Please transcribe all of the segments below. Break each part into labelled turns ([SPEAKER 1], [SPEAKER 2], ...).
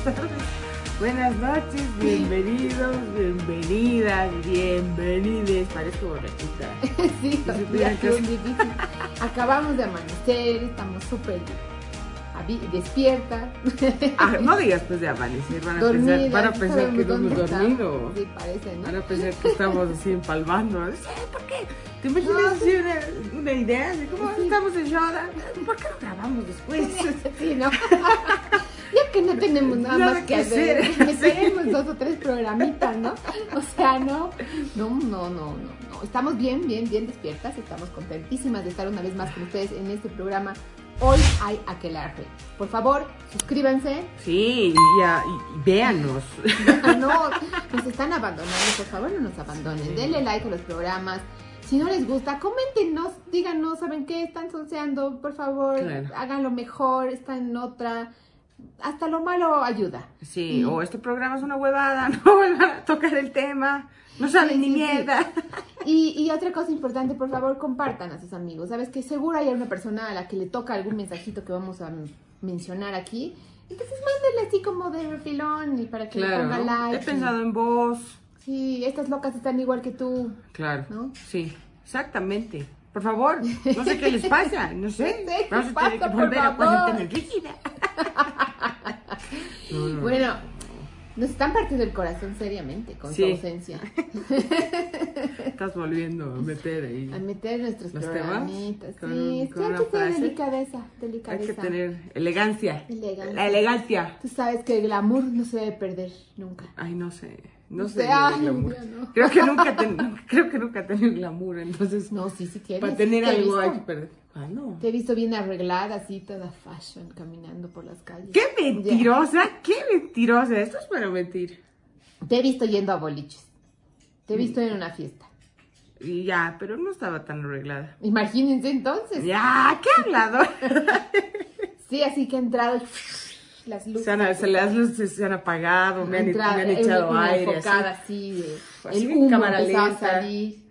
[SPEAKER 1] Buenas noches, bienvenidos, bienvenidas, bienvenides. Parezco borrachita.
[SPEAKER 2] sí,
[SPEAKER 1] Y si
[SPEAKER 2] ya
[SPEAKER 1] tuvieran que-
[SPEAKER 2] bien difícil. Acabamos de amanecer, estamos súper avi- despiertas.
[SPEAKER 1] Ah, no digas pues de amanecer, van a
[SPEAKER 2] dormidas,
[SPEAKER 1] pensar, van a
[SPEAKER 2] no
[SPEAKER 1] pensar que
[SPEAKER 2] sabemos
[SPEAKER 1] no hemos
[SPEAKER 2] dónde
[SPEAKER 1] dormido.
[SPEAKER 2] estamos. Sí, parece, ¿no?
[SPEAKER 1] Van a pensar que estamos así empalmando. ¿eh? ¿Por qué? ¿Te imaginas
[SPEAKER 2] No,
[SPEAKER 1] así una, una idea? Así como
[SPEAKER 2] Ah. Sí.
[SPEAKER 1] estamos en Yoda. ¿Por qué no grabamos después?
[SPEAKER 2] Sí, ¿no? ya que no tenemos nada,
[SPEAKER 1] Nada
[SPEAKER 2] más
[SPEAKER 1] que
[SPEAKER 2] que hacer,
[SPEAKER 1] hacer.
[SPEAKER 2] le tenemos dos o tres programitas, ¿no? O sea, no, no, no, no, no, no. Estamos bien, bien, bien despiertas, estamos contentísimas de estar una vez más con ustedes en este programa. Hoy hay aquelarre. Por favor, suscríbanse.
[SPEAKER 1] Sí, y ya, y- y véanos.
[SPEAKER 2] Ah, No, nos están abandonando, por favor, no nos abandonen.
[SPEAKER 1] Sí.
[SPEAKER 2] Denle like a los programas. Si no les gusta, coméntenos, díganos, ¿saben qué? Están sonseando, por favor,
[SPEAKER 1] Claro.
[SPEAKER 2] háganlo mejor, están en otra. Hasta lo malo ayuda.
[SPEAKER 1] Sí, o este programa es una huevada, no van a tocar el tema, no saben
[SPEAKER 2] Sí,
[SPEAKER 1] ni
[SPEAKER 2] sí, sí.
[SPEAKER 1] mierda.
[SPEAKER 2] Y, y otra cosa importante, por favor, compartan a sus amigos. Sabes que seguro hay una persona a la que le toca algún mensajito que vamos a mencionar aquí. Entonces mándenle así como de refilón y para que le ponga
[SPEAKER 1] Claro, he
[SPEAKER 2] like.
[SPEAKER 1] pensado en vos.
[SPEAKER 2] Sí, estas locas están igual que tú.
[SPEAKER 1] Claro.
[SPEAKER 2] ¿No?
[SPEAKER 1] Sí, exactamente. Por favor, no sé qué les pasa, no sé.
[SPEAKER 2] No sé qué
[SPEAKER 1] Vamos a
[SPEAKER 2] pasa,
[SPEAKER 1] tener que
[SPEAKER 2] por
[SPEAKER 1] volver a
[SPEAKER 2] favor.
[SPEAKER 1] cuarentena rígida. No, no, no.
[SPEAKER 2] Bueno, nos están partiendo el corazón seriamente con
[SPEAKER 1] Sí.
[SPEAKER 2] su ausencia.
[SPEAKER 1] Estás volviendo a meter ahí.
[SPEAKER 2] A meter nuestros
[SPEAKER 1] ¿Los temas?
[SPEAKER 2] programitas.
[SPEAKER 1] Con un-
[SPEAKER 2] sí,
[SPEAKER 1] con
[SPEAKER 2] hay
[SPEAKER 1] una
[SPEAKER 2] que ser
[SPEAKER 1] frase.
[SPEAKER 2] delicadeza,
[SPEAKER 1] Hay
[SPEAKER 2] delicadeza.
[SPEAKER 1] que tener elegancia.
[SPEAKER 2] Elegancia.
[SPEAKER 1] La elegancia.
[SPEAKER 2] Tú sabes que el glamour no se debe perder nunca.
[SPEAKER 1] Ay, no sé. No
[SPEAKER 2] O
[SPEAKER 1] sé. lo
[SPEAKER 2] sea,
[SPEAKER 1] de
[SPEAKER 2] ay,
[SPEAKER 1] glamour.
[SPEAKER 2] ya no.
[SPEAKER 1] Creo que nunca he tenido- creo que nunca he tenido glamour, entonces
[SPEAKER 2] No, sí, sí tienes.
[SPEAKER 1] para tener
[SPEAKER 2] Te he
[SPEAKER 1] algo
[SPEAKER 2] visto-
[SPEAKER 1] hay que perder. Ah, no.
[SPEAKER 2] Te he visto bien arreglada, así toda fashion, caminando por las calles.
[SPEAKER 1] Qué
[SPEAKER 2] Ya.
[SPEAKER 1] mentirosa, qué mentirosa. Esto es para mentir.
[SPEAKER 2] Te he visto yendo a boliches. Te he visto en una fiesta.
[SPEAKER 1] Y ya, pero no estaba tan arreglada.
[SPEAKER 2] Imagínense entonces.
[SPEAKER 1] Ya, qué hablador.
[SPEAKER 2] Sí, así que ha entrado el- las luces.
[SPEAKER 1] Se han, se- las luces se han apagado, me han,
[SPEAKER 2] Entra-
[SPEAKER 1] me han
[SPEAKER 2] eh,
[SPEAKER 1] echado
[SPEAKER 2] una
[SPEAKER 1] aire. así.
[SPEAKER 2] enfocada así, de-
[SPEAKER 1] Así,
[SPEAKER 2] el humo
[SPEAKER 1] cámara
[SPEAKER 2] empezaba a
[SPEAKER 1] lenta.
[SPEAKER 2] salir.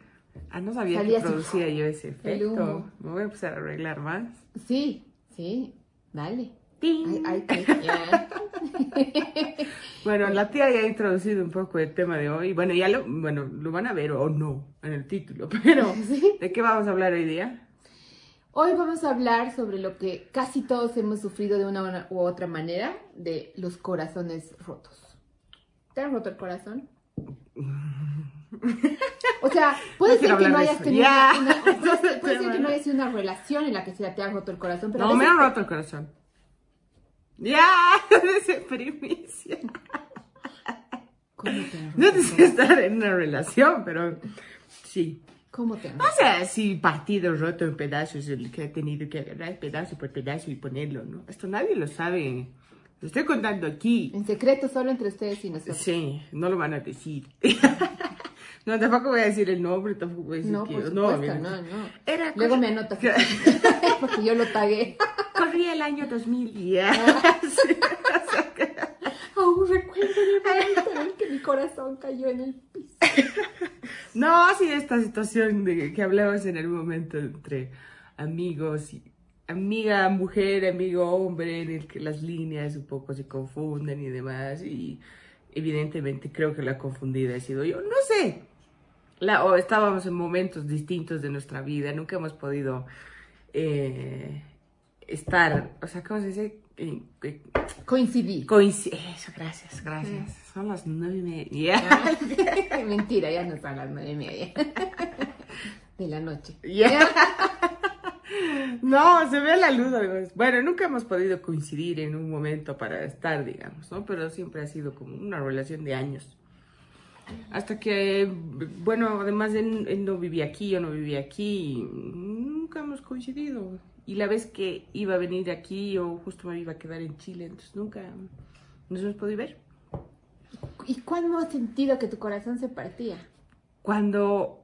[SPEAKER 1] Ah, no sabía
[SPEAKER 2] Salía
[SPEAKER 1] que
[SPEAKER 2] así,
[SPEAKER 1] producía yo ese efecto.
[SPEAKER 2] humo.
[SPEAKER 1] Me voy a empezar a arreglar más.
[SPEAKER 2] Sí, sí, dale. Ay,
[SPEAKER 1] ¡Ting!
[SPEAKER 2] ay, qué- ya.
[SPEAKER 1] Bueno, la tía ya ha introducido un poco el tema de hoy. Bueno, ya lo, bueno, lo van a ver o no en el título, pero
[SPEAKER 2] Sí.
[SPEAKER 1] ¿de qué vamos a hablar hoy día?
[SPEAKER 2] Hoy vamos a hablar sobre lo que casi todos hemos sufrido de una u otra manera, de los corazones rotos. ¿Te han roto el corazón? O sea, puede
[SPEAKER 1] No quiero
[SPEAKER 2] ser
[SPEAKER 1] hablar
[SPEAKER 2] que no
[SPEAKER 1] de
[SPEAKER 2] hayas
[SPEAKER 1] eso.
[SPEAKER 2] tenido
[SPEAKER 1] Ya.
[SPEAKER 2] una, una- puede ser-
[SPEAKER 1] Ese
[SPEAKER 2] puede ser que
[SPEAKER 1] tema,
[SPEAKER 2] no
[SPEAKER 1] ¿no?
[SPEAKER 2] hayas tenido una relación en la que se te ha roto el corazón, pero a
[SPEAKER 1] no, me
[SPEAKER 2] veces
[SPEAKER 1] han
[SPEAKER 2] te-
[SPEAKER 1] roto el corazón. ¡Ya! Desde primicia.
[SPEAKER 2] ¿Cómo te han roto?
[SPEAKER 1] No te sé estar en una relación, pero sí.
[SPEAKER 2] ¿Cómo te han
[SPEAKER 1] No sé si partido roto en pedazos, el que ha tenido que agarrar pedazo por pedazo y ponerlo, ¿no? Esto nadie lo sabe. Lo estoy contando aquí.
[SPEAKER 2] En secreto, solo entre ustedes y nosotros.
[SPEAKER 1] Sí, no lo van a decir. no, tampoco voy a decir el nombre, tampoco voy a decir
[SPEAKER 2] No,
[SPEAKER 1] que-
[SPEAKER 2] por supuesto,
[SPEAKER 1] obviamente.
[SPEAKER 2] no, no.
[SPEAKER 1] Era
[SPEAKER 2] Luego
[SPEAKER 1] cosa-
[SPEAKER 2] me anotas. Porque yo lo pagué.
[SPEAKER 1] Corría el año 2010.
[SPEAKER 2] Aún recuerdo el en que mi corazón cayó en el piso.
[SPEAKER 1] No, sí, esta situación de que hablabas en el momento entre amigos y amiga mujer, amigo hombre, en el que las líneas un poco se confunden y demás. Y evidentemente creo que la confundida he sido yo. No sé. La, o estábamos en momentos distintos de nuestra vida. Nunca hemos podido eh, estar, o sea, ¿cómo se dice? Eh, eh,
[SPEAKER 2] Coincidí.
[SPEAKER 1] coinci- Eso, gracias, gracias. Son las nueve y media.
[SPEAKER 2] Mentira, ya no son las nueve y media. De la noche.
[SPEAKER 1] No, se ve la luz. amigos. Bueno, nunca hemos podido coincidir en un momento para estar, digamos, ¿no? Pero siempre ha sido como una relación de años. Hasta que, bueno, además él, él no vivía aquí, yo no vivía aquí, y nunca hemos coincidido. Y la vez que iba a venir aquí, yo justo me iba a quedar en Chile, entonces nunca nos hemos podido ver.
[SPEAKER 2] ¿Y cuándo has sentido que tu corazón se partía?
[SPEAKER 1] Cuando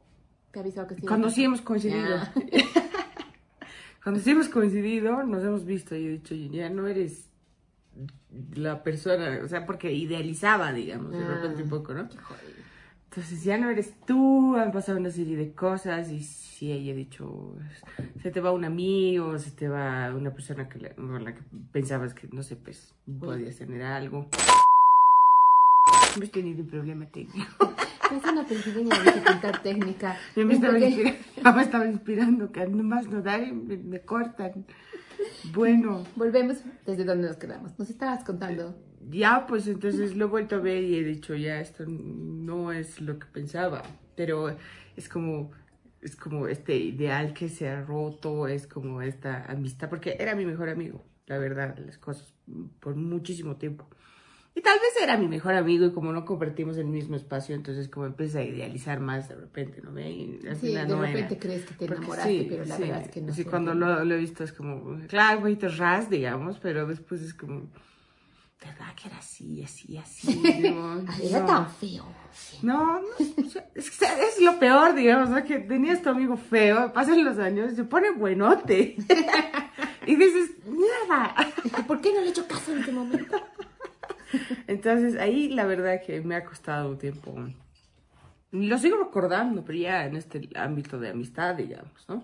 [SPEAKER 2] Te avisó que pues, sí.
[SPEAKER 1] Cuando sí hemos coincidido.
[SPEAKER 2] Ah.
[SPEAKER 1] Cuando sí hemos coincidido, nos hemos visto y he dicho, ya no eres la persona, o sea, porque idealizaba, digamos, de
[SPEAKER 2] Ah.
[SPEAKER 1] repente un poco, ¿no?
[SPEAKER 2] Qué jodido.
[SPEAKER 1] Entonces ya no eres tú, han pasado una serie de cosas y sí, ahí he dicho, se te va un amigo, se te va una persona que la- con la que pensabas que, no sé, pues podías tener algo. Hemos tenido un problema técnico.
[SPEAKER 2] Es una pequeña dificultad técnica.
[SPEAKER 1] Yo me
[SPEAKER 2] Un
[SPEAKER 1] estaba,
[SPEAKER 2] pequeño-
[SPEAKER 1] inspirando, me estaba inspirando, que nomás no dar y me, me cortan. Bueno,
[SPEAKER 2] Volvemos desde donde nos quedamos. Nos estabas contando.
[SPEAKER 1] ya pues entonces lo he vuelto a ver y he dicho, ya esto no es lo que pensaba, pero es como, es como este ideal que se ha roto, es como esta amistad, porque era mi mejor amigo, la verdad, las cosas, por muchísimo tiempo. Y tal vez era mi mejor amigo y como no compartimos el mismo espacio, entonces como empieza a idealizar más de repente, ¿no? ve? Y Eh, al
[SPEAKER 2] Sí,
[SPEAKER 1] final
[SPEAKER 2] de
[SPEAKER 1] no era.
[SPEAKER 2] repente crees que te
[SPEAKER 1] Porque
[SPEAKER 2] enamoraste,
[SPEAKER 1] sí,
[SPEAKER 2] pero la
[SPEAKER 1] sí,
[SPEAKER 2] verdad es que no.
[SPEAKER 1] Sí,
[SPEAKER 2] siempre.
[SPEAKER 1] cuando lo, lo he visto es como, claro, bonito ras, digamos, pero después es como, ¿verdad que era así, así, así? No,
[SPEAKER 2] Ah, Era
[SPEAKER 1] no.
[SPEAKER 2] tan feo.
[SPEAKER 1] No, no, o sea, es, que es lo peor, digamos, ¿no? que tenías tu amigo feo, pasan los años, se pone buenote. y dices, mierda.
[SPEAKER 2] ¿Por qué no le he hecho caso en este momento?
[SPEAKER 1] Entonces ahí la verdad que me ha costado un tiempo. Lo sigo recordando, pero ya en este ámbito de amistad, digamos, ¿no?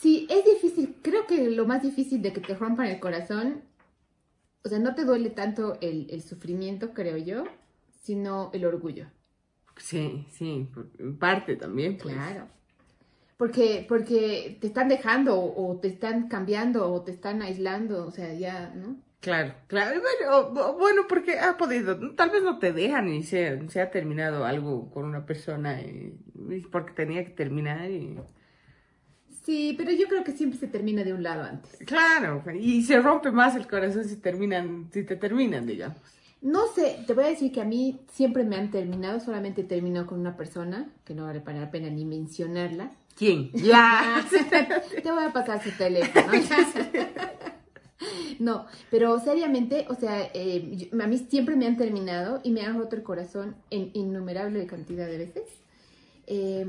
[SPEAKER 2] Sí, es difícil. Creo que lo más difícil de que te rompan el corazón, o sea, no te duele tanto el, el sufrimiento, creo yo, sino el orgullo.
[SPEAKER 1] Sí, sí, por- en parte también. pues.
[SPEAKER 2] Claro. Porque, porque te están dejando o o te están cambiando o te están aislando, o sea, ya, ¿no?
[SPEAKER 1] Claro, claro. y Bueno, o- o- bueno, porque ha podido, tal vez no te dejan y se, se ha terminado algo con una persona y- y porque tenía que terminar. Y,
[SPEAKER 2] Sí, pero yo creo que siempre se termina de un lado antes.
[SPEAKER 1] claro, y se rompe más el corazón si terminan, si te terminan, digamos.
[SPEAKER 2] No sé, te voy a decir que a mí siempre me han terminado, solamente terminó con una persona, que no vale para la pena ni mencionarla.
[SPEAKER 1] ¿Quién? Ya.
[SPEAKER 2] te voy a pasar su teléfono. No, pero seriamente, o sea, eh, yo- a mí siempre me han terminado y me han roto el corazón en innumerable cantidad de veces. Eh,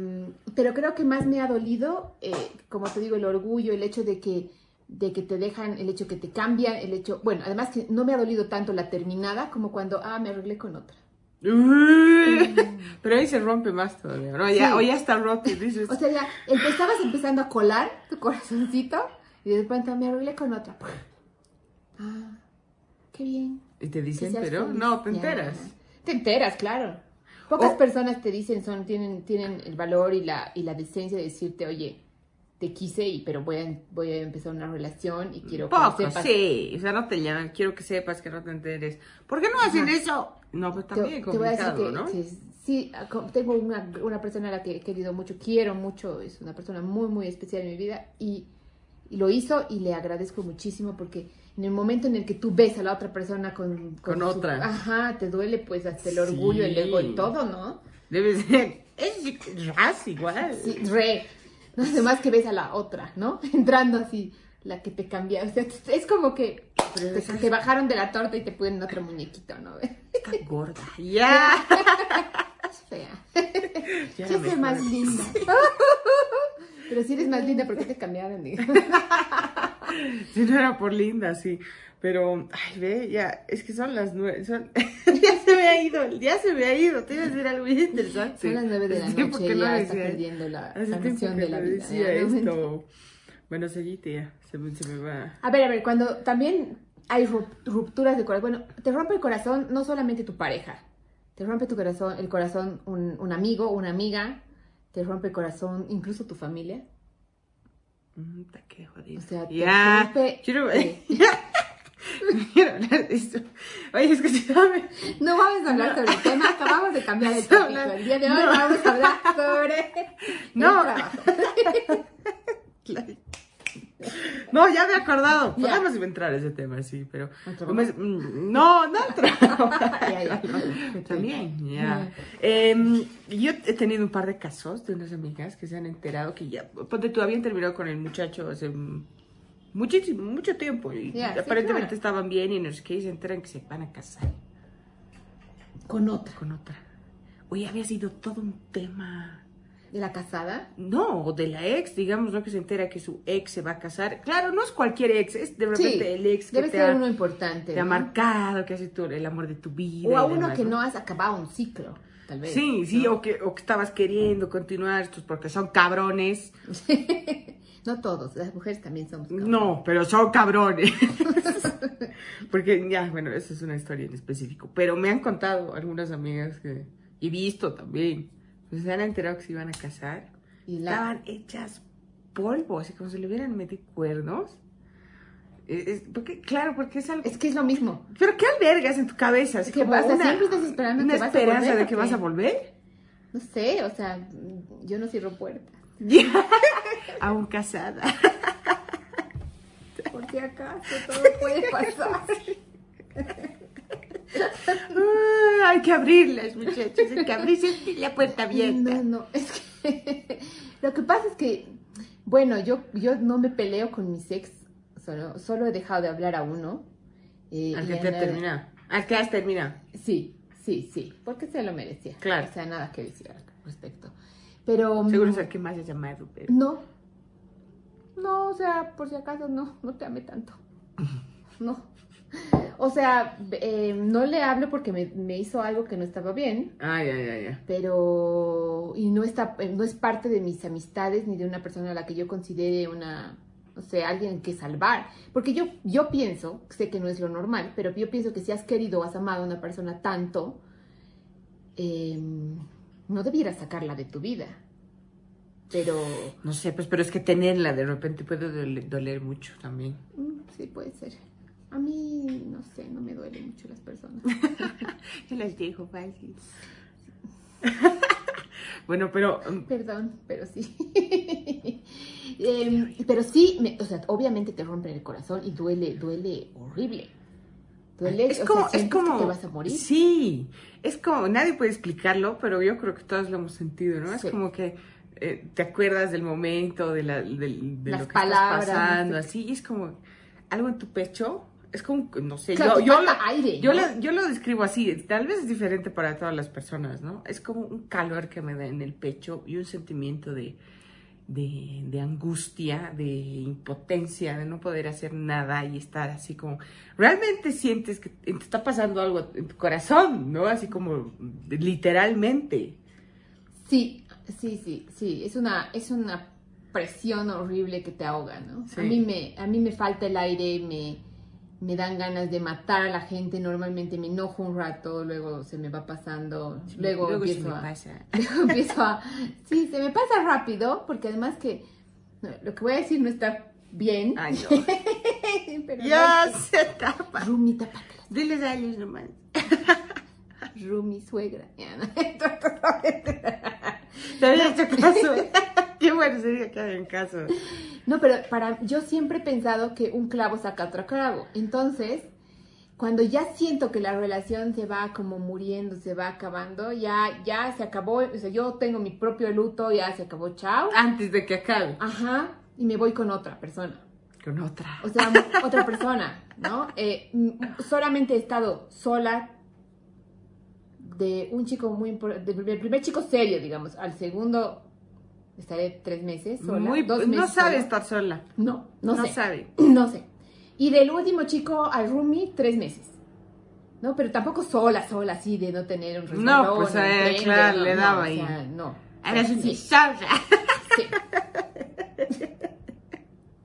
[SPEAKER 2] pero creo que más me ha dolido, eh, como te digo, el orgullo, el hecho de que, de que te dejan, el hecho que te cambian, el hecho, bueno, además que no me ha dolido tanto la terminada como cuando, ah, me arreglé con otra.
[SPEAKER 1] Uy, Pero ahí se rompe más todavía, ¿no? Ya,
[SPEAKER 2] Sí.
[SPEAKER 1] O ya está roto y dices,
[SPEAKER 2] O sea, ya empezabas empezando a colar tu corazoncito y de repente me arreglé con otra. Ah, qué bien.
[SPEAKER 1] y te
[SPEAKER 2] que
[SPEAKER 1] dicen,
[SPEAKER 2] seas
[SPEAKER 1] pero
[SPEAKER 2] feliz.
[SPEAKER 1] no, te
[SPEAKER 2] Ya.
[SPEAKER 1] enteras.
[SPEAKER 2] Te enteras, claro. Pocas
[SPEAKER 1] O-
[SPEAKER 2] personas te dicen, son, tienen, tienen el valor y la, y la decencia de decirte, oye, te quise, y, pero voy a, voy a empezar una relación y quiero que
[SPEAKER 1] Poco,
[SPEAKER 2] sepas".
[SPEAKER 1] sí. O sea, no te llaman, quiero que sepas, que no te enteres. ¿Por qué no hacen eso? No, pues
[SPEAKER 2] Te-
[SPEAKER 1] también
[SPEAKER 2] te voy a decir
[SPEAKER 1] complicado,
[SPEAKER 2] que-
[SPEAKER 1] ¿no?
[SPEAKER 2] que sí, a- co- tengo una, una persona a la que he querido mucho, quiero mucho, es una persona muy, muy especial en mi vida y, y lo hizo y le agradezco muchísimo porque en el momento en el que tú ves a la otra persona con,
[SPEAKER 1] Con
[SPEAKER 2] su-
[SPEAKER 1] otra.
[SPEAKER 2] ajá, te duele pues hasta el orgullo, el
[SPEAKER 1] Sí.
[SPEAKER 2] ego y todo, ¿no?
[SPEAKER 1] Debe ser. Es ras igual.
[SPEAKER 2] Sí, re. No sé más que ves a la otra, ¿no? Entrando así, la que te cambia. O sea, es como que
[SPEAKER 1] Pero
[SPEAKER 2] te,
[SPEAKER 1] esa es-
[SPEAKER 2] te bajaron de la torta y te ponen otro muñequito, ¿no?
[SPEAKER 1] Está
[SPEAKER 2] Es
[SPEAKER 1] gorda. Ya.
[SPEAKER 2] fea.
[SPEAKER 1] Ya
[SPEAKER 2] Yo
[SPEAKER 1] me
[SPEAKER 2] soy más
[SPEAKER 1] acuerdo.
[SPEAKER 2] linda. Pero si eres más linda, ¿por qué te cambiaron? digo?
[SPEAKER 1] Si no era por linda, sí. Pero, ay, ve, ya. Es que son las nueve. Son... ya se me ha ido. Ya se me ha ido. Te iba a decir algo bien interesante.
[SPEAKER 2] Son las nueve de la
[SPEAKER 1] Hace tiempo
[SPEAKER 2] noche
[SPEAKER 1] que
[SPEAKER 2] y
[SPEAKER 1] no
[SPEAKER 2] ya está
[SPEAKER 1] decía-
[SPEAKER 2] perdiendo la,
[SPEAKER 1] Hace
[SPEAKER 2] la
[SPEAKER 1] tiempo
[SPEAKER 2] noción
[SPEAKER 1] que
[SPEAKER 2] de la
[SPEAKER 1] no
[SPEAKER 2] vida.
[SPEAKER 1] decía
[SPEAKER 2] ya, ¿no?
[SPEAKER 1] esto. Bueno, seguí, tía. Se me, se me va.
[SPEAKER 2] A ver, a ver, cuando también hay ru- rupturas de corazón, bueno, te rompe el corazón no solamente tu pareja, te rompe tu corazón, el corazón un, un amigo, una amiga, te rompe el corazón incluso tu familia.
[SPEAKER 1] Mm, ta, qué jodido.
[SPEAKER 2] O sea, te eh.
[SPEAKER 1] ya.
[SPEAKER 2] rompe-
[SPEAKER 1] Quiero...
[SPEAKER 2] Sí.
[SPEAKER 1] Quiero hablar de esto. Oye, escúchame.
[SPEAKER 2] No vamos a hablar sobre el tema, acabamos de cambiar el
[SPEAKER 1] Hablar-
[SPEAKER 2] tópico. El día de hoy
[SPEAKER 1] no.
[SPEAKER 2] vamos a hablar sobre
[SPEAKER 1] No.
[SPEAKER 2] el trabajo.
[SPEAKER 1] No, ya me he acordado.
[SPEAKER 2] Ya.
[SPEAKER 1] Podemos entrar a ese tema, sí, pero.
[SPEAKER 2] ¿Al
[SPEAKER 1] No,
[SPEAKER 2] trabajo?
[SPEAKER 1] me- mm, no, no al trabajo.
[SPEAKER 2] Ya, ya.
[SPEAKER 1] También, ya.
[SPEAKER 2] Ya.
[SPEAKER 1] Em, yo he tenido un par de casos de unas amigas que se han enterado que ya. Ponte tú, habían terminado con el muchacho hace mm, muchísimo, mucho tiempo. Y
[SPEAKER 2] Ya, sí,
[SPEAKER 1] aparentemente
[SPEAKER 2] claro.
[SPEAKER 1] estaban bien y en los que se enteran que se van a casar
[SPEAKER 2] Con otra.
[SPEAKER 1] con otra. Oye, había sido todo un tema.
[SPEAKER 2] ¿De la casada?
[SPEAKER 1] No, o de la ex, digamos, ¿no? Que se entera que su ex se va a casar. Claro, no es cualquier ex, es de repente el ex que
[SPEAKER 2] debe
[SPEAKER 1] te
[SPEAKER 2] ser
[SPEAKER 1] ha,
[SPEAKER 2] uno importante.
[SPEAKER 1] te ha
[SPEAKER 2] ¿no?
[SPEAKER 1] marcado, que ha sido tu- el amor de tu vida.
[SPEAKER 2] O a
[SPEAKER 1] y
[SPEAKER 2] uno
[SPEAKER 1] demás,
[SPEAKER 2] que
[SPEAKER 1] ¿no?
[SPEAKER 2] no has acabado un ciclo. tal vez.
[SPEAKER 1] Sí, sí,
[SPEAKER 2] ¿no?
[SPEAKER 1] o, que, o que estabas queriendo continuar estos porque son cabrones.
[SPEAKER 2] No todos, las mujeres también somos. cabronas.
[SPEAKER 1] No, pero son cabrones. porque ya, bueno, eso es una historia en específico. Pero me han contado algunas amigas que he visto también. pues, se han enterado que se iban a casar.
[SPEAKER 2] Y la-
[SPEAKER 1] Estaban hechas polvo, así como si le hubieran metido cuernos. Es- es- porque, claro, porque es algo...
[SPEAKER 2] Es que es lo mismo.
[SPEAKER 1] Pero ¿qué albergas en tu cabeza? Así
[SPEAKER 2] ¿Qué
[SPEAKER 1] como
[SPEAKER 2] pasa?
[SPEAKER 1] una,
[SPEAKER 2] ¿Siempre estás esperando
[SPEAKER 1] una
[SPEAKER 2] que vas a
[SPEAKER 1] esperanza
[SPEAKER 2] volver,
[SPEAKER 1] de
[SPEAKER 2] o
[SPEAKER 1] que
[SPEAKER 2] qué?
[SPEAKER 1] vas a volver.
[SPEAKER 2] No sé, o sea, mm, yo no cierro puertas.
[SPEAKER 1] Ya. Aún casada.
[SPEAKER 2] Por si acaso, todo puede pasar.
[SPEAKER 1] Ah, hay que abrirlas, muchachos. Hay que abrirse la puerta abierta.
[SPEAKER 2] No, no, es que lo que pasa es que, bueno, yo, yo no me peleo con mis ex, solo, solo he dejado de hablar a uno. eh,
[SPEAKER 1] Al
[SPEAKER 2] y
[SPEAKER 1] que
[SPEAKER 2] a
[SPEAKER 1] te
[SPEAKER 2] nada-
[SPEAKER 1] termina. Al que has terminado.
[SPEAKER 2] Sí, sí, sí, porque se lo merecía.
[SPEAKER 1] Claro.
[SPEAKER 2] O sea, nada que decir al respecto. Pero... mm,
[SPEAKER 1] Seguro es el que más has llamado, pero.
[SPEAKER 2] No. No, o sea, por si acaso, no, no te amé tanto. No. O sea, eh, no le hablo porque me, me hizo algo que no estaba bien,
[SPEAKER 1] Ay, ay, ay, ay.
[SPEAKER 2] pero... Y no, está, no es parte de mis amistades ni de una persona a la que yo considere una... O sea, alguien que salvar. Porque yo, yo pienso, sé que no es lo normal, pero yo pienso que si has querido o has amado a una persona tanto, eh, no debieras sacarla de tu vida. Pero...
[SPEAKER 1] No sé, pues, pero es que tenerla de repente puede dole- doler mucho también.
[SPEAKER 2] Mm, Sí, puede ser. A mí, no sé, no me duelen mucho las personas.
[SPEAKER 1] Se las digo fácil. bueno, pero. um,
[SPEAKER 2] Perdón, pero sí. Em, pero sí, me- o sea, obviamente te rompen el corazón y duele, duele horrible. Duele,
[SPEAKER 1] Es
[SPEAKER 2] o sea,
[SPEAKER 1] como, es
[SPEAKER 2] sientes que
[SPEAKER 1] como.
[SPEAKER 2] te vas a morir.
[SPEAKER 1] Sí, es como. Nadie puede explicarlo, pero yo creo que todos lo hemos sentido, ¿no?
[SPEAKER 2] Sí.
[SPEAKER 1] Es como que eh, te acuerdas del momento, de, la, del- de
[SPEAKER 2] Las
[SPEAKER 1] lo que
[SPEAKER 2] palabras,
[SPEAKER 1] estás
[SPEAKER 2] no sé
[SPEAKER 1] pasando,
[SPEAKER 2] qué.
[SPEAKER 1] así. Y es como algo en tu pecho. Es como, que, no sé, yo,
[SPEAKER 2] Claro, te
[SPEAKER 1] yo,
[SPEAKER 2] falta aire,
[SPEAKER 1] Yo,
[SPEAKER 2] ¿no?
[SPEAKER 1] la- yo lo describo así, tal vez es diferente para todas las personas, ¿no? Es como un calor que me da en el pecho y un sentimiento de, de, de angustia, de impotencia, de no poder hacer nada y estar así como... Realmente sientes que te está pasando algo en tu corazón, ¿no? Así como literalmente.
[SPEAKER 2] Sí, sí, sí, sí. Es una, es una presión horrible que te ahoga, ¿no?
[SPEAKER 1] Sí.
[SPEAKER 2] A, mí me, a mí me falta el aire, me, me dan ganas de matar a la gente. Normalmente me enojo un rato, luego se me va pasando, luego,
[SPEAKER 1] se
[SPEAKER 2] empiezo
[SPEAKER 1] me
[SPEAKER 2] a-
[SPEAKER 1] pasa.
[SPEAKER 2] Luego empiezo a... Sí, se me pasa rápido, porque además que no, lo que voy a decir no está bien.
[SPEAKER 1] Ay, no.
[SPEAKER 2] pero no,
[SPEAKER 1] ya se tapa.
[SPEAKER 2] Rumi, tápate las-
[SPEAKER 1] Diles a ellos nomás.
[SPEAKER 2] Rumi, suegra. Ya, ¿no?
[SPEAKER 1] Te había hecho caso. Qué bueno sería que hagan caso.
[SPEAKER 2] No, pero para yo siempre he pensado que un clavo saca otro clavo. Entonces, cuando ya siento que la relación se va como muriendo, se va acabando, ya ya se acabó, o sea, yo tengo mi propio luto, ya se acabó, chao.
[SPEAKER 1] Antes de que acabe.
[SPEAKER 2] Ajá, y me voy con otra persona.
[SPEAKER 1] Con otra.
[SPEAKER 2] O sea, otra persona, ¿no? Eh, mm, solamente he estado sola de un chico muy importante, del primer chico serio, digamos, al segundo estaré tres meses sola,
[SPEAKER 1] Muy-
[SPEAKER 2] dos meses
[SPEAKER 1] no sabe
[SPEAKER 2] sola.
[SPEAKER 1] estar sola.
[SPEAKER 2] No, no,
[SPEAKER 1] No,
[SPEAKER 2] sé.
[SPEAKER 1] sabe.
[SPEAKER 2] No sé. Y del último chico al roomie, tres meses. ¿No? Pero tampoco sola, sola, así, de no tener un
[SPEAKER 1] No,
[SPEAKER 2] resbalón,
[SPEAKER 1] pues,
[SPEAKER 2] un
[SPEAKER 1] eh,
[SPEAKER 2] tren, de
[SPEAKER 1] claro, le
[SPEAKER 2] no,
[SPEAKER 1] daba Ah,
[SPEAKER 2] o
[SPEAKER 1] ahí.
[SPEAKER 2] sea, no.
[SPEAKER 1] Eres
[SPEAKER 2] Sí,
[SPEAKER 1] una
[SPEAKER 2] sí.
[SPEAKER 1] zorra.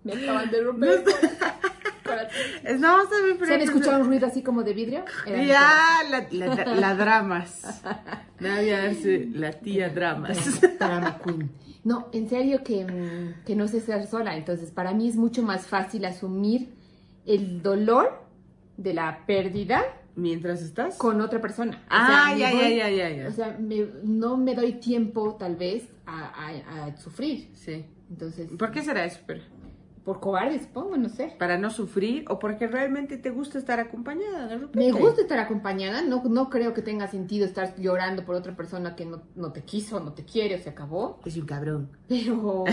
[SPEAKER 2] Me acaban de romper el corazón.
[SPEAKER 1] Es- No, sabe, pero.
[SPEAKER 2] ¿Se han escuchado un ruido así como de vidrio? Era mi
[SPEAKER 1] Ya, la, la- la dramas. Nadia Arce, la tía dramas.
[SPEAKER 2] Drama queen. No, en serio que, mm, que no sé ser sola. Entonces, para mí es mucho más fácil asumir el dolor de la pérdida
[SPEAKER 1] Mientras estás.
[SPEAKER 2] con otra persona. O sea,
[SPEAKER 1] Ah,
[SPEAKER 2] me
[SPEAKER 1] ya,
[SPEAKER 2] voy-
[SPEAKER 1] ya, ya, ya, ya.
[SPEAKER 2] O sea, me- no me doy tiempo, tal vez, a, a- a sufrir.
[SPEAKER 1] Sí.
[SPEAKER 2] Entonces,
[SPEAKER 1] ¿Por qué será eso? pero?
[SPEAKER 2] por cobarde, supongo, no sé.
[SPEAKER 1] ¿Para no sufrir o porque realmente te gusta estar acompañada de repente?
[SPEAKER 2] Me gusta estar acompañada, no, no creo que tenga sentido estar llorando por otra persona que no, no te quiso, no te quiere o se acabó.
[SPEAKER 1] Es un cabrón.
[SPEAKER 2] Pero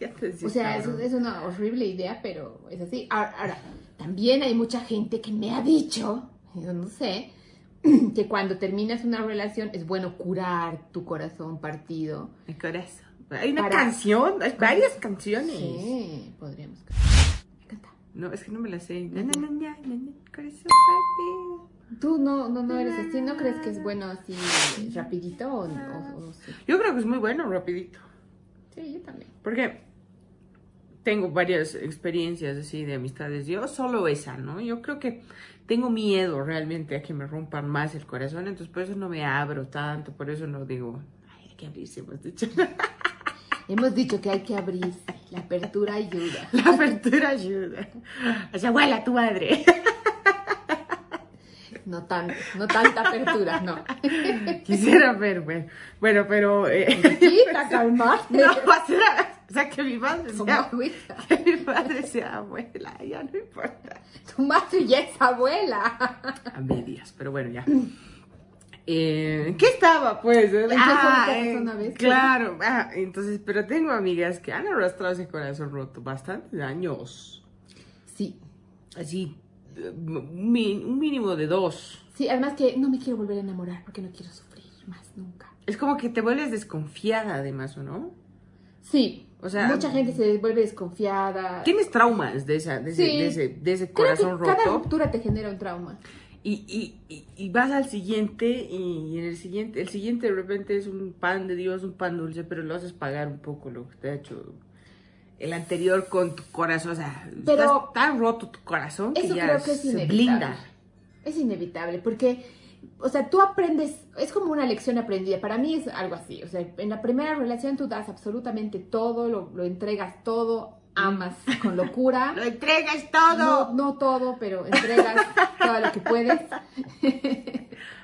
[SPEAKER 1] Ya te decía,
[SPEAKER 2] O sea, es,
[SPEAKER 1] cabrón.
[SPEAKER 2] es una horrible idea, pero es así. Ahora, ahora, también hay mucha gente que me ha dicho, yo no sé, que cuando terminas una relación es bueno curar tu corazón partido.
[SPEAKER 1] El corazón. Hay una
[SPEAKER 2] Para-
[SPEAKER 1] canción, hay varias canciones.
[SPEAKER 2] Sí, podríamos cantar. Canta.
[SPEAKER 1] No, es que no me la sé. Na, na, na, na, na, na, corazón partido.
[SPEAKER 2] Tú no, no, no eres así, ¿no crees que es bueno así eh, rapidito o, o- o sí?
[SPEAKER 1] Yo creo que es muy bueno, rapidito.
[SPEAKER 2] Sí, yo también.
[SPEAKER 1] Porque tengo varias experiencias así de amistades. Yo solo esa, ¿no? Yo creo que tengo miedo realmente a que me rompan más el corazón, entonces por eso no me abro tanto, por eso no digo, ay, hay que abrirse, pues, hemos dicho.
[SPEAKER 2] Ah, Hemos dicho que hay que abrirse, la apertura ayuda.
[SPEAKER 1] La apertura ayuda. O sea, abuela, tu madre.
[SPEAKER 2] No tanto, no tanta apertura, no.
[SPEAKER 1] Quisiera ver, bueno, bueno pero... eh,
[SPEAKER 2] Quita, calmarte.
[SPEAKER 1] no, o sea, o sea, que mi madre
[SPEAKER 2] Como
[SPEAKER 1] sea...
[SPEAKER 2] agüita.
[SPEAKER 1] Que mi madre sea abuela, ya no importa.
[SPEAKER 2] Tu madre ya es abuela.
[SPEAKER 1] A medias, pero bueno, ya. Eh, ¿en ¿Qué estaba, pues?
[SPEAKER 2] solo te pasó una vez?
[SPEAKER 1] Claro, ah, entonces, pero tengo amigas que han arrastrado ese corazón roto bastantes años.
[SPEAKER 2] Sí,
[SPEAKER 1] Así, eh, un mi- un mínimo de dos.
[SPEAKER 2] sí, además que no me quiero volver a enamorar porque no quiero sufrir más nunca.
[SPEAKER 1] Es como que te vuelves desconfiada, además, ¿o no?
[SPEAKER 2] Sí,
[SPEAKER 1] O sea,
[SPEAKER 2] mucha gente se vuelve desconfiada.
[SPEAKER 1] Tienes traumas de, esa, de, ese,
[SPEAKER 2] Sí.
[SPEAKER 1] de ese- de ese
[SPEAKER 2] Creo
[SPEAKER 1] corazón
[SPEAKER 2] que cada
[SPEAKER 1] roto.
[SPEAKER 2] ruptura te genera un trauma.
[SPEAKER 1] Y, y- y- y vas al siguiente y, y en el siguiente, el siguiente de repente es un pan de Dios, un pan dulce, pero lo haces pagar un poco lo que te ha hecho el anterior con tu corazón. O sea,
[SPEAKER 2] Pero-
[SPEAKER 1] estás tan roto tu corazón que
[SPEAKER 2] Eso
[SPEAKER 1] ya
[SPEAKER 2] creo que es
[SPEAKER 1] se
[SPEAKER 2] inevitable.
[SPEAKER 1] blinda.
[SPEAKER 2] Es inevitable porque, o sea, tú aprendes, es como una lección aprendida. Para mí es algo así. O sea, en la primera relación tú das absolutamente todo, lo, lo entregas todo, amas con locura.
[SPEAKER 1] Lo entregas todo.
[SPEAKER 2] No, no todo, pero entregas todo lo que puedes.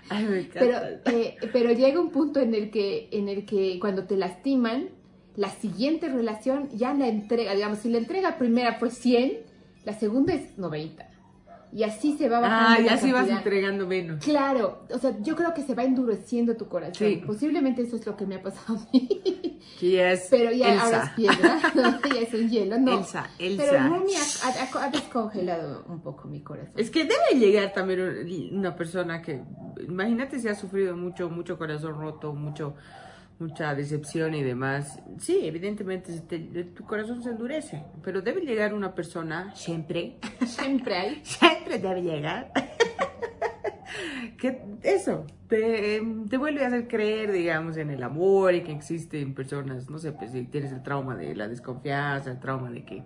[SPEAKER 1] Ay, me encanta.
[SPEAKER 2] Pero, eh, pero llega un punto en el que, en el que cuando te lastiman, la siguiente relación ya la entrega, digamos, si la entrega primera fue 100, la segunda es 90. Y así se va bajando.
[SPEAKER 1] ah,
[SPEAKER 2] la
[SPEAKER 1] ya sí vas
[SPEAKER 2] cantidad.
[SPEAKER 1] entregando menos.
[SPEAKER 2] Claro, o sea, yo creo que se va endureciendo tu corazón.
[SPEAKER 1] Sí.
[SPEAKER 2] Posiblemente eso es lo que me ha pasado a mí.
[SPEAKER 1] Que ya es
[SPEAKER 2] Pero ya ahora es
[SPEAKER 1] Elsa.
[SPEAKER 2] piedra, ya es un hielo, no.
[SPEAKER 1] Elsa,
[SPEAKER 2] Pero
[SPEAKER 1] Elsa.
[SPEAKER 2] Rumi ha, ha- ha descongelado un poco mi corazón.
[SPEAKER 1] Es que debe llegar también un- una persona que, imagínate si ha sufrido mucho, mucho corazón roto, mucho, mucha decepción y demás. Sí, evidentemente si te- de- tu corazón se endurece, pero debe llegar una persona, siempre,
[SPEAKER 2] Siempre hay.
[SPEAKER 1] siempre debe llegar, que eso, te, em, te vuelve a hacer creer, digamos, en el amor y que existen personas, no sé, pues si tienes el trauma de la desconfianza, el trauma de que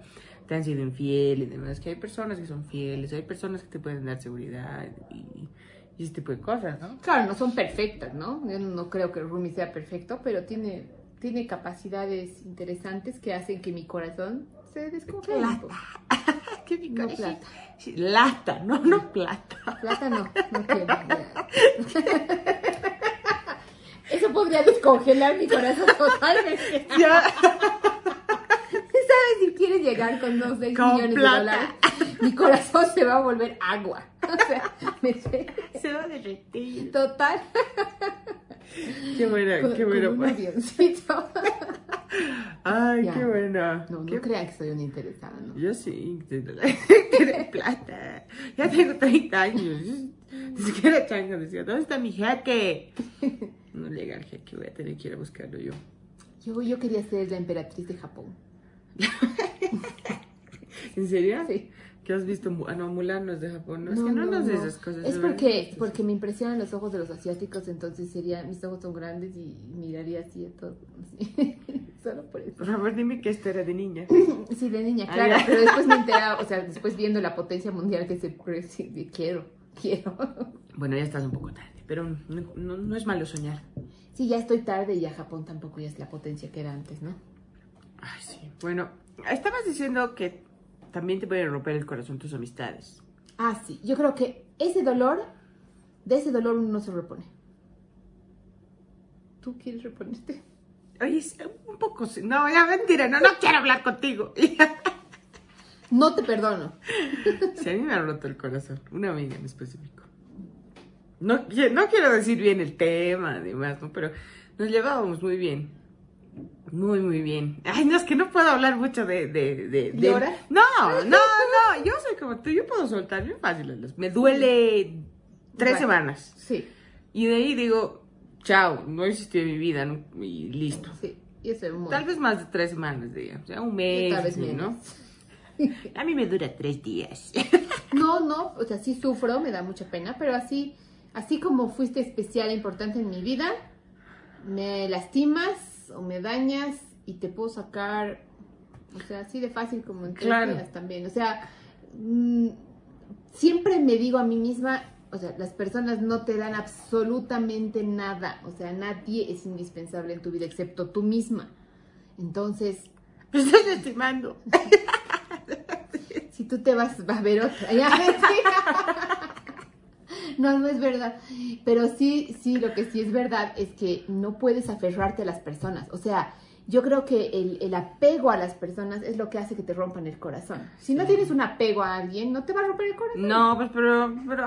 [SPEAKER 1] te han sido infiel y demás, que hay personas que son fieles, hay personas que te pueden dar seguridad y, y ese tipo de cosas, ¿no?
[SPEAKER 2] Claro, no son perfectas, ¿no? Yo no creo que Rumi sea perfecto, pero tiene, tiene capacidades interesantes que hacen que mi corazón se descongele. un
[SPEAKER 1] Plata.
[SPEAKER 2] poco.
[SPEAKER 1] Qué pico-
[SPEAKER 2] No plata.
[SPEAKER 1] Sí, lata, no, no plata.
[SPEAKER 2] Plata no, no quiero. ya. Eso podría descongelar mi corazón totalmente.
[SPEAKER 1] Ya.
[SPEAKER 2] ¿Sabes si quieres llegar con dos seis
[SPEAKER 1] Con
[SPEAKER 2] millones
[SPEAKER 1] plata.
[SPEAKER 2] de dólares? Mi corazón se va a volver agua. O sea, me-
[SPEAKER 1] Se va a derretir.
[SPEAKER 2] total.
[SPEAKER 1] Qué bueno,
[SPEAKER 2] con-
[SPEAKER 1] qué
[SPEAKER 2] con
[SPEAKER 1] bueno. pues.
[SPEAKER 2] un avioncito.
[SPEAKER 1] Ay,
[SPEAKER 2] Ya.
[SPEAKER 1] qué bueno.
[SPEAKER 2] No,
[SPEAKER 1] Qué
[SPEAKER 2] no crean que soy una interesada, ¿no?
[SPEAKER 1] Yo sí, tiene plata. Ya tengo 30 años. Ni siquiera changa decía, ¿dónde está mi jeque? No llega el jeque, voy a tener que ir a buscarlo yo.
[SPEAKER 2] Yo, yo quería ser la emperatriz de Japón.
[SPEAKER 1] ¿En serio?
[SPEAKER 2] Sí.
[SPEAKER 1] ¿Qué has visto? Mu- Ah, no, Mulan no es de Japón. Ah, No, es
[SPEAKER 2] No,
[SPEAKER 1] que no,
[SPEAKER 2] no,
[SPEAKER 1] nos de
[SPEAKER 2] no.
[SPEAKER 1] esas cosas.
[SPEAKER 2] Es
[SPEAKER 1] ¿no?
[SPEAKER 2] porque, porque me impresionan los ojos de los asiáticos, entonces sería, mis ojos son grandes y miraría así a todo. así. Solo por eso.
[SPEAKER 1] Por favor, dime que esto era de niña.
[SPEAKER 2] Sí, de niña,
[SPEAKER 1] Ah,
[SPEAKER 2] claro,
[SPEAKER 1] ya.
[SPEAKER 2] pero después me enteraba, o sea, después viendo la potencia mundial que se preside, quiero, quiero.
[SPEAKER 1] Bueno, ya estás un poco tarde, pero no, no- no es malo soñar.
[SPEAKER 2] Sí, ya estoy tarde y ya Japón tampoco ya es la potencia que era antes, ¿no?
[SPEAKER 1] Ay, sí. Bueno, estabas diciendo que también te pueden romper el corazón tus amistades.
[SPEAKER 2] Ah, sí, yo creo que ese dolor, de ese dolor uno no se repone. ¿Tú quieres reponerte?
[SPEAKER 1] Oye, es un poco... sí. No, ya mentira, no, no quiero hablar contigo.
[SPEAKER 2] No te perdono.
[SPEAKER 1] Si a mí me ha roto el corazón, una amiga en específico. No, qui- no quiero decir bien el tema, además, ¿no? Pero nos llevábamos muy bien. Muy, muy bien. Ay, no, es que no puedo hablar mucho de... de, de, de-
[SPEAKER 2] ¿Llora?
[SPEAKER 1] No, no, no. Yo soy como tú, yo puedo soltar bien fácil. a los- Me duele tres
[SPEAKER 2] Vale.
[SPEAKER 1] semanas.
[SPEAKER 2] Sí.
[SPEAKER 1] Y de ahí digo, chao, no existió en mi vida no- y listo.
[SPEAKER 2] Sí, y eso es muy...
[SPEAKER 1] Tal vez más de tres semanas, digamos. O sea, un mes,
[SPEAKER 2] Tal vez
[SPEAKER 1] ¿no?
[SPEAKER 2] menos.
[SPEAKER 1] A mí me dura tres días.
[SPEAKER 2] No, no, o sea, sí sufro, me da mucha pena, pero así, así como fuiste especial e importante en mi vida, me lastimas o me dañas y te puedo sacar, o sea, así de fácil como en tres
[SPEAKER 1] Claro.
[SPEAKER 2] días también. O sea, mm, siempre me digo a mí misma, o sea, las personas no te dan absolutamente nada, o sea, nadie es indispensable en tu vida excepto tú misma. Entonces,
[SPEAKER 1] Me estás estimando.
[SPEAKER 2] Si tú te vas, va a haber otra. Ya, sí. No, no es verdad. Pero sí, sí, lo que sí es verdad es que no puedes aferrarte a las personas. O sea, yo creo que el, el apego a las personas es lo que hace que te rompan el corazón. Si no tienes un apego a alguien, no te va a romper el corazón.
[SPEAKER 1] No, pues, pero, pero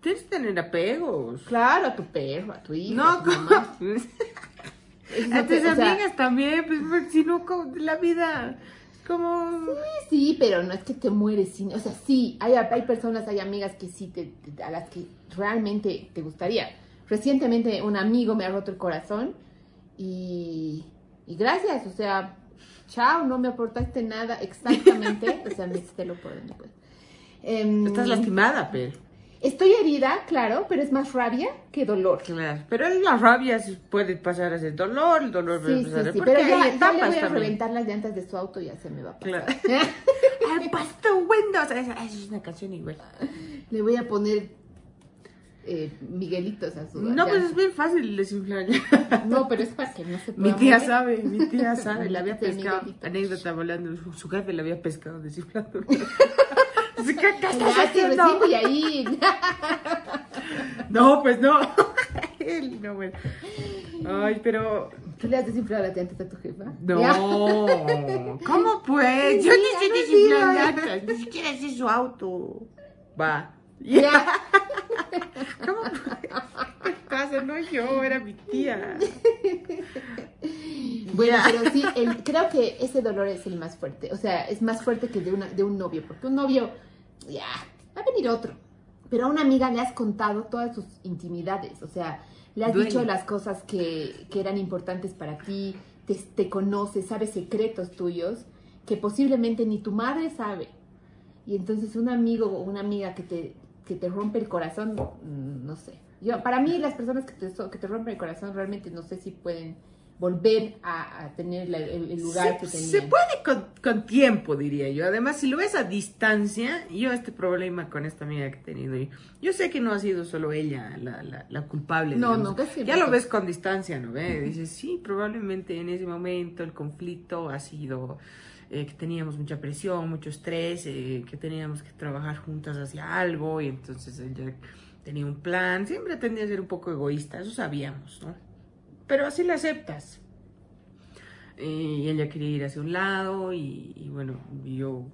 [SPEAKER 1] tienes que tener apegos.
[SPEAKER 2] Claro, a tu perro, a tu hijo. a
[SPEAKER 1] No,
[SPEAKER 2] tu mamá. Eso no
[SPEAKER 1] a
[SPEAKER 2] te-
[SPEAKER 1] tus
[SPEAKER 2] pues, o sea,
[SPEAKER 1] amigas también, pues, pues, si no, como- la vida, como...
[SPEAKER 2] Sí, sí, pero no es que te mueres sin, o sea, sí, hay, hay personas, hay amigas que sí, te, te- a las que realmente te gustaría. Recientemente un amigo me ha roto el corazón y, y gracias, o sea, chao, no me aportaste nada exactamente, o sea, me hiciste lo por donde puedes. Em,
[SPEAKER 1] Estás lastimada, pero...
[SPEAKER 2] Estoy herida, claro, pero es más rabia que dolor.
[SPEAKER 1] Claro, pero la rabia sí puede pasar a ser dolor, el dolor puede
[SPEAKER 2] Sí, sí,
[SPEAKER 1] pasar a ser...
[SPEAKER 2] sí,
[SPEAKER 1] porque
[SPEAKER 2] pero
[SPEAKER 1] hay
[SPEAKER 2] ya, ya le voy
[SPEAKER 1] etapas
[SPEAKER 2] a
[SPEAKER 1] también.
[SPEAKER 2] reventar las llantas de su auto y ya se me va a pasar.
[SPEAKER 1] Al pasto windows, esa es una canción igual.
[SPEAKER 2] Le voy a poner eh, Miguelitos a su
[SPEAKER 1] No, pues
[SPEAKER 2] ya.
[SPEAKER 1] es bien fácil desinflar.
[SPEAKER 2] No, pero es para que no se
[SPEAKER 1] Mi
[SPEAKER 2] pueda
[SPEAKER 1] tía
[SPEAKER 2] mover.
[SPEAKER 1] sabe, mi tía sabe, la había
[SPEAKER 2] Sí,
[SPEAKER 1] pescado.
[SPEAKER 2] Miguelito.
[SPEAKER 1] Anécdota volando, su- su jefe la había pescado desinflando. Así que, ¿Qué estás
[SPEAKER 2] Ah, sí,
[SPEAKER 1] haciendo?
[SPEAKER 2] recibo y ahí.
[SPEAKER 1] No, pues no. Él, no, bueno. Ay, pero.
[SPEAKER 2] ¿Tú le has desinflado las llantas a tu jefa? Ya.
[SPEAKER 1] No. ¿Cómo pues?
[SPEAKER 2] Sí,
[SPEAKER 1] Yo
[SPEAKER 2] ya
[SPEAKER 1] ni sé
[SPEAKER 2] no
[SPEAKER 1] desinflar
[SPEAKER 2] digas.
[SPEAKER 1] latas, ni siquiera sé su auto. Va.
[SPEAKER 2] Ya.
[SPEAKER 1] ¿Cómo pues? pasa? No yo, era mi tía.
[SPEAKER 2] Bueno,
[SPEAKER 1] Ya.
[SPEAKER 2] pero sí, el- creo que ese dolor es el más fuerte. O sea, es más fuerte que de, una, de un novio, porque un novio, ya, va a venir otro. Pero a una amiga le has contado todas sus intimidades, o sea, le has
[SPEAKER 1] Duele.
[SPEAKER 2] dicho las cosas que, que eran importantes para ti, te, te conoce, sabe secretos tuyos que posiblemente ni tu madre sabe. Y entonces un amigo o una amiga que te, que te rompe el corazón, mm, no sé. Yo, para mí las personas que te, so- que te rompen el corazón realmente no sé si pueden volver a, a tener la- el, el lugar que
[SPEAKER 1] se,
[SPEAKER 2] tenían.
[SPEAKER 1] se puede con, con tiempo, diría yo. Además, si lo ves a distancia, yo este problema con esta amiga que he tenido, y yo sé que no ha sido solo ella la, la- la culpable.
[SPEAKER 2] No,
[SPEAKER 1] digamos.
[SPEAKER 2] no, que sí,
[SPEAKER 1] Ya lo
[SPEAKER 2] porque-
[SPEAKER 1] ves con distancia, ¿no? ve? Dices, sí, probablemente en ese momento el conflicto ha sido eh, que teníamos mucha presión, mucho estrés, eh, que teníamos que trabajar juntas hacia algo, y entonces ella tenía un plan. Siempre tendía a ser un poco egoísta, eso sabíamos, ¿no? Pero así la aceptas. eh, Y ella quería ir hacia un lado y, y bueno, yo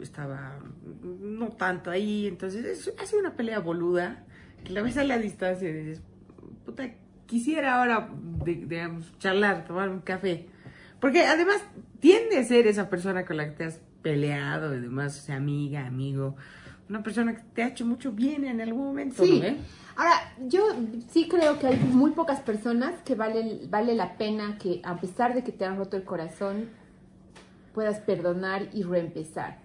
[SPEAKER 1] estaba no tanto ahí, entonces es, ha sido una pelea boluda, que la ves a la distancia y dices, puta, quisiera ahora, de- digamos, charlar, tomar un café. Porque además tiende a ser esa persona con la que te has peleado, y demás, o sea, amiga, amigo, una persona que te ha hecho mucho bien en algún momento,
[SPEAKER 2] Sí.
[SPEAKER 1] ¿no eh? ve?
[SPEAKER 2] Ahora, yo sí creo que hay muy pocas personas que vale, vale la pena que, a pesar de que te han roto el corazón, puedas perdonar y reempezar.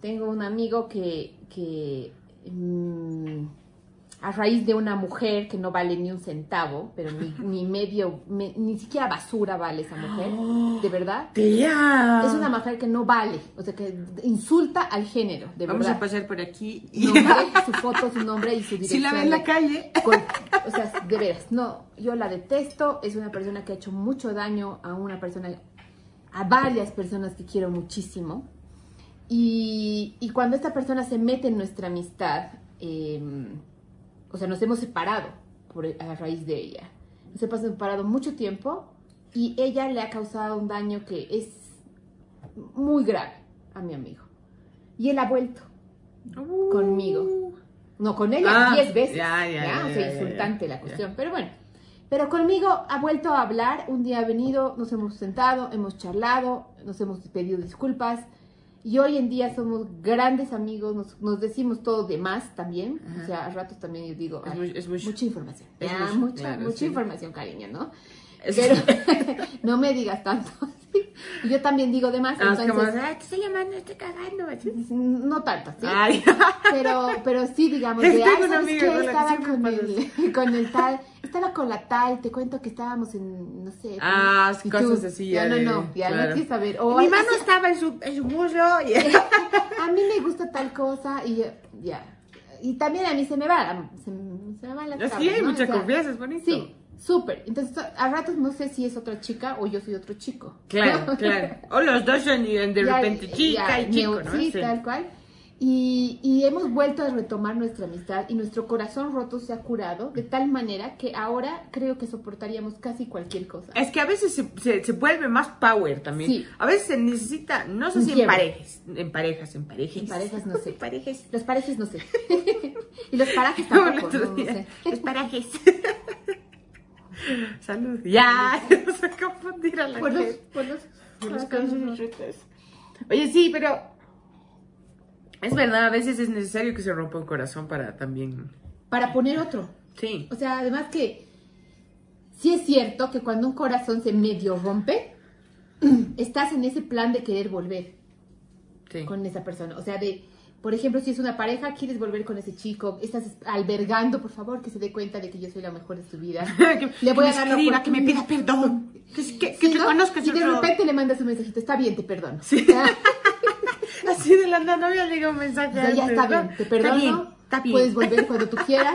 [SPEAKER 2] Tengo un amigo que, que mm, a raíz de una mujer que no vale ni un centavo, pero ni, ni medio, me- ni siquiera basura vale esa mujer, de verdad.
[SPEAKER 1] ¡Tía!
[SPEAKER 2] Es una mujer que no vale, o sea, que insulta al género, de
[SPEAKER 1] Vamos a
[SPEAKER 2] verdad.
[SPEAKER 1] pasar por aquí y...
[SPEAKER 2] Nombre, su foto, su nombre y su dirección.
[SPEAKER 1] si la ves en la calle...
[SPEAKER 2] Con- o sea, de veras, no, yo la detesto, es una persona que ha hecho mucho daño a una persona, a varias personas que quiero muchísimo. Y, y cuando esta persona se mete en nuestra amistad, eh, o sea, nos hemos separado por, a raíz de ella. Nos hemos separado mucho tiempo y ella le ha causado un daño que es muy grave a mi amigo. Y él ha vuelto. Conmigo. No, con ella
[SPEAKER 1] Ah,
[SPEAKER 2] 10 veces.
[SPEAKER 1] ya, ya, ya,
[SPEAKER 2] O sea,
[SPEAKER 1] ya, ya,
[SPEAKER 2] insultante
[SPEAKER 1] ya,
[SPEAKER 2] la
[SPEAKER 1] ya.
[SPEAKER 2] cuestión. Pero bueno. Pero conmigo ha vuelto a hablar. Un día ha venido, nos hemos sentado, hemos charlado, nos hemos pedido disculpas. Y hoy en día somos grandes amigos, nos, nos decimos todo de más también. O
[SPEAKER 1] Ajá.
[SPEAKER 2] sea, a ratos también yo digo,
[SPEAKER 1] Es
[SPEAKER 2] ay,
[SPEAKER 1] muy- es mucho.
[SPEAKER 2] mucha información.
[SPEAKER 1] Es
[SPEAKER 2] Ya,
[SPEAKER 1] mucho,
[SPEAKER 2] mucha,
[SPEAKER 1] claro,
[SPEAKER 2] mucha
[SPEAKER 1] sí.
[SPEAKER 2] información, cariño, ¿no?
[SPEAKER 1] Es-
[SPEAKER 2] Pero no me digas tanto. Y yo también digo de más,
[SPEAKER 1] Ah, es como,
[SPEAKER 2] entonces,
[SPEAKER 1] "Ay, te estoy llamando, estoy cagando. así.
[SPEAKER 2] no tanto, ¿sí?
[SPEAKER 1] Ay,
[SPEAKER 2] Pero, pero sí, digamos, de,
[SPEAKER 1] Tengo
[SPEAKER 2] ay,
[SPEAKER 1] una
[SPEAKER 2] ¿sabes
[SPEAKER 1] amiga
[SPEAKER 2] qué?
[SPEAKER 1] con la que
[SPEAKER 2] Estaba
[SPEAKER 1] siempre
[SPEAKER 2] con
[SPEAKER 1] pasa
[SPEAKER 2] el, con el tal, estaba con la tal, te cuento que estábamos en, no sé. pues,
[SPEAKER 1] Ah,
[SPEAKER 2] y
[SPEAKER 1] cosas así,
[SPEAKER 2] Ya,
[SPEAKER 1] ya
[SPEAKER 2] no,
[SPEAKER 1] de-
[SPEAKER 2] no, ya
[SPEAKER 1] claro.
[SPEAKER 2] no quieres saber. O,
[SPEAKER 1] mi
[SPEAKER 2] ay,
[SPEAKER 1] mano
[SPEAKER 2] así,
[SPEAKER 1] estaba en su, en su muslo. y-
[SPEAKER 2] a mí me gusta tal cosa y yo- ya. Y también a mí se me va, la- se, me- se me va la
[SPEAKER 1] Así
[SPEAKER 2] cabra,
[SPEAKER 1] hay
[SPEAKER 2] ¿no? O
[SPEAKER 1] mucha
[SPEAKER 2] sea,
[SPEAKER 1] confianza, es bonito.
[SPEAKER 2] Sí, súper. Entonces, a ratos no sé si es otra chica o yo soy otro chico.
[SPEAKER 1] Claro, claro. O los dos son y de
[SPEAKER 2] Ya,
[SPEAKER 1] repente chica
[SPEAKER 2] ya,
[SPEAKER 1] y chico,
[SPEAKER 2] neu-
[SPEAKER 1] ¿no?
[SPEAKER 2] Sí,
[SPEAKER 1] Sí.
[SPEAKER 2] tal cual. Y, y hemos vuelto a retomar nuestra amistad y nuestro corazón roto se ha curado de tal manera que ahora creo que soportaríamos casi cualquier cosa.
[SPEAKER 1] Es que a veces se, se- se vuelve más power también.
[SPEAKER 2] Sí.
[SPEAKER 1] A veces se necesita, no sé
[SPEAKER 2] Un
[SPEAKER 1] si en
[SPEAKER 2] quiebre.
[SPEAKER 1] parejas, en parejas, en parejas.
[SPEAKER 2] En parejas, no sé.
[SPEAKER 1] En parejas.
[SPEAKER 2] Los parajes no sé. y los parajes
[SPEAKER 1] Como el
[SPEAKER 2] tampoco,
[SPEAKER 1] otro
[SPEAKER 2] no, no
[SPEAKER 1] día.
[SPEAKER 2] sé.
[SPEAKER 1] Los parajes. Salud. Ya, no se confundir a la
[SPEAKER 2] Por los,
[SPEAKER 1] gente.
[SPEAKER 2] por los-
[SPEAKER 1] Por
[SPEAKER 2] por
[SPEAKER 1] los
[SPEAKER 2] los caminos, ¿no?
[SPEAKER 1] calzoncillos. Oye, sí, pero es verdad, a veces es necesario que se rompa un corazón para también.
[SPEAKER 2] Para poner otro.
[SPEAKER 1] Sí.
[SPEAKER 2] O sea, además que sí es cierto que cuando un corazón se medio rompe, estás en ese plan de querer volver.
[SPEAKER 1] Sí.
[SPEAKER 2] con esa persona. O sea, de, por ejemplo, si es una pareja, quieres volver con ese chico, estás albergando, por favor, que se dé cuenta de que yo soy la mejor de su vida.
[SPEAKER 1] que,
[SPEAKER 2] Le voy
[SPEAKER 1] que
[SPEAKER 2] a
[SPEAKER 1] me
[SPEAKER 2] dar la
[SPEAKER 1] escriba, que me pida
[SPEAKER 2] oportunidad.
[SPEAKER 1] perdón. Que, que, que
[SPEAKER 2] Sí,
[SPEAKER 1] te
[SPEAKER 2] ¿no?
[SPEAKER 1] conozcas
[SPEAKER 2] y de
[SPEAKER 1] otro-
[SPEAKER 2] repente le mandas un mensajito, está bien, te perdono.
[SPEAKER 1] Sí.
[SPEAKER 2] O sea,
[SPEAKER 1] Así de la nada, no había llegado un mensaje.
[SPEAKER 2] ya
[SPEAKER 1] antes,
[SPEAKER 2] está
[SPEAKER 1] ¿no?
[SPEAKER 2] bien, te perdono.
[SPEAKER 1] Está bien, está bien.
[SPEAKER 2] Puedes volver cuando tú quieras.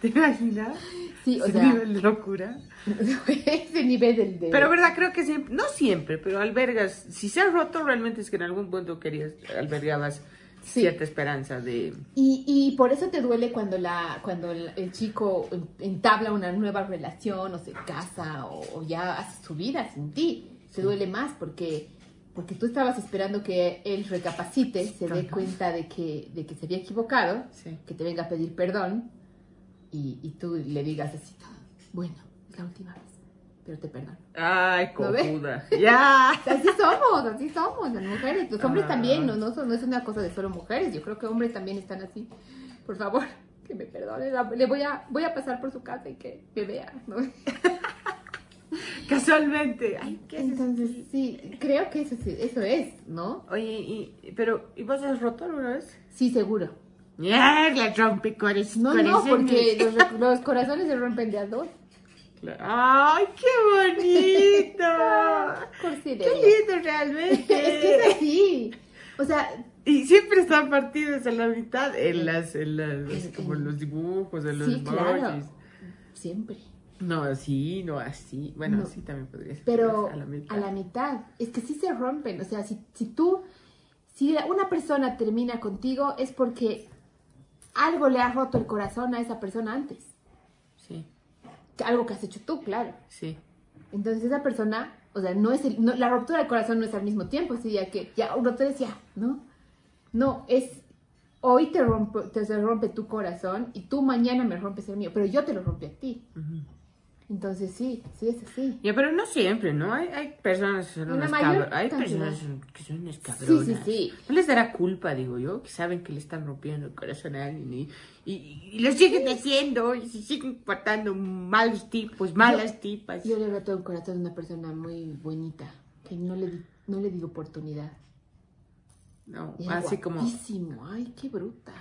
[SPEAKER 1] ¿Te imaginas?
[SPEAKER 2] Sí, o
[SPEAKER 1] Ese
[SPEAKER 2] sea,
[SPEAKER 1] nivel de locura.
[SPEAKER 2] ese nivel del de...
[SPEAKER 1] Pero verdad, creo que siempre, no siempre, pero albergas, si se ha roto, realmente es que en algún punto querías, albergabas
[SPEAKER 2] Sí.
[SPEAKER 1] cierta esperanza de...
[SPEAKER 2] Y, y por eso te duele cuando la cuando el, el chico entabla una nueva relación o se casa o, o ya hace su vida sin ti. Te duele más porque porque tú estabas esperando que él recapacite, se dé
[SPEAKER 1] Claro.
[SPEAKER 2] cuenta de que, de que se había equivocado,
[SPEAKER 1] Sí.
[SPEAKER 2] que te venga a pedir perdón y, y tú le digas así, "Ah, bueno, es la última vez, pero te perdono.
[SPEAKER 1] Ay,
[SPEAKER 2] ¿No ve?
[SPEAKER 1] cojuda. Ya.
[SPEAKER 2] Así somos, así somos las mujeres. Los hombres
[SPEAKER 1] Ah.
[SPEAKER 2] también, no, no, son- no es una cosa de solo mujeres. Yo creo que hombres también están así. Por favor, que me perdone. la- Le voy a, voy a pasar por su casa y que me vea. ¿no?
[SPEAKER 1] Casualmente. Ay, ¿qué haces?
[SPEAKER 2] Entonces, sí, creo que eso, sí- eso es, ¿no?
[SPEAKER 1] Oye, y, pero, ¿y vos has roto alguna vez?
[SPEAKER 2] Sí, seguro.
[SPEAKER 1] Mierda, rompecores.
[SPEAKER 2] No, no, porque los, re- los corazones se rompen de a dos.
[SPEAKER 1] ¡Ay, qué bonito! Ah, ¡Qué
[SPEAKER 2] Considero.
[SPEAKER 1] lindo
[SPEAKER 2] Es que
[SPEAKER 1] realmente!
[SPEAKER 2] es así. O sea,
[SPEAKER 1] Y siempre están partidos a la mitad en las, en las como en los dibujos, en los
[SPEAKER 2] sí, claro.
[SPEAKER 1] emojis.
[SPEAKER 2] Siempre.
[SPEAKER 1] No así, no así. Bueno,
[SPEAKER 2] No.
[SPEAKER 1] así también podría ser.
[SPEAKER 2] Pero
[SPEAKER 1] Pues, a la mitad.
[SPEAKER 2] mitad. Es que sí se rompen. O sea, si, si tú, si una persona termina contigo es porque algo le ha roto el corazón a esa persona antes.
[SPEAKER 1] Sí,
[SPEAKER 2] Algo que has hecho tú, claro.
[SPEAKER 1] sí.
[SPEAKER 2] Entonces esa persona, o sea, no es el- no- la ruptura del corazón no es al mismo tiempo. Sí, ya que ya uno te decía, ¿no? No, es hoy te, rompo- te se rompe tu corazón y tú mañana me rompes el mío, pero yo te lo rompí a ti.
[SPEAKER 1] Ujú.
[SPEAKER 2] Entonces sí, sí es así.
[SPEAKER 1] Ya, pero no siempre, ¿no? Hay, hay personas que son
[SPEAKER 2] La
[SPEAKER 1] unas
[SPEAKER 2] mayor
[SPEAKER 1] cabro- Hay
[SPEAKER 2] cantidad.
[SPEAKER 1] personas que son unas
[SPEAKER 2] Sí,
[SPEAKER 1] cabronas.
[SPEAKER 2] sí, sí.
[SPEAKER 1] No les dará culpa, digo yo, que saben que le están rompiendo el corazón a alguien y, y, y lo siguen haciendo y se siguen portando malos tipos, malas tipas.
[SPEAKER 2] Yo le roto el corazón a una persona muy bonita, que no le di, no le di oportunidad.
[SPEAKER 1] no,
[SPEAKER 2] Era
[SPEAKER 1] así Ah, como.
[SPEAKER 2] guapísimo, ay, qué bruta.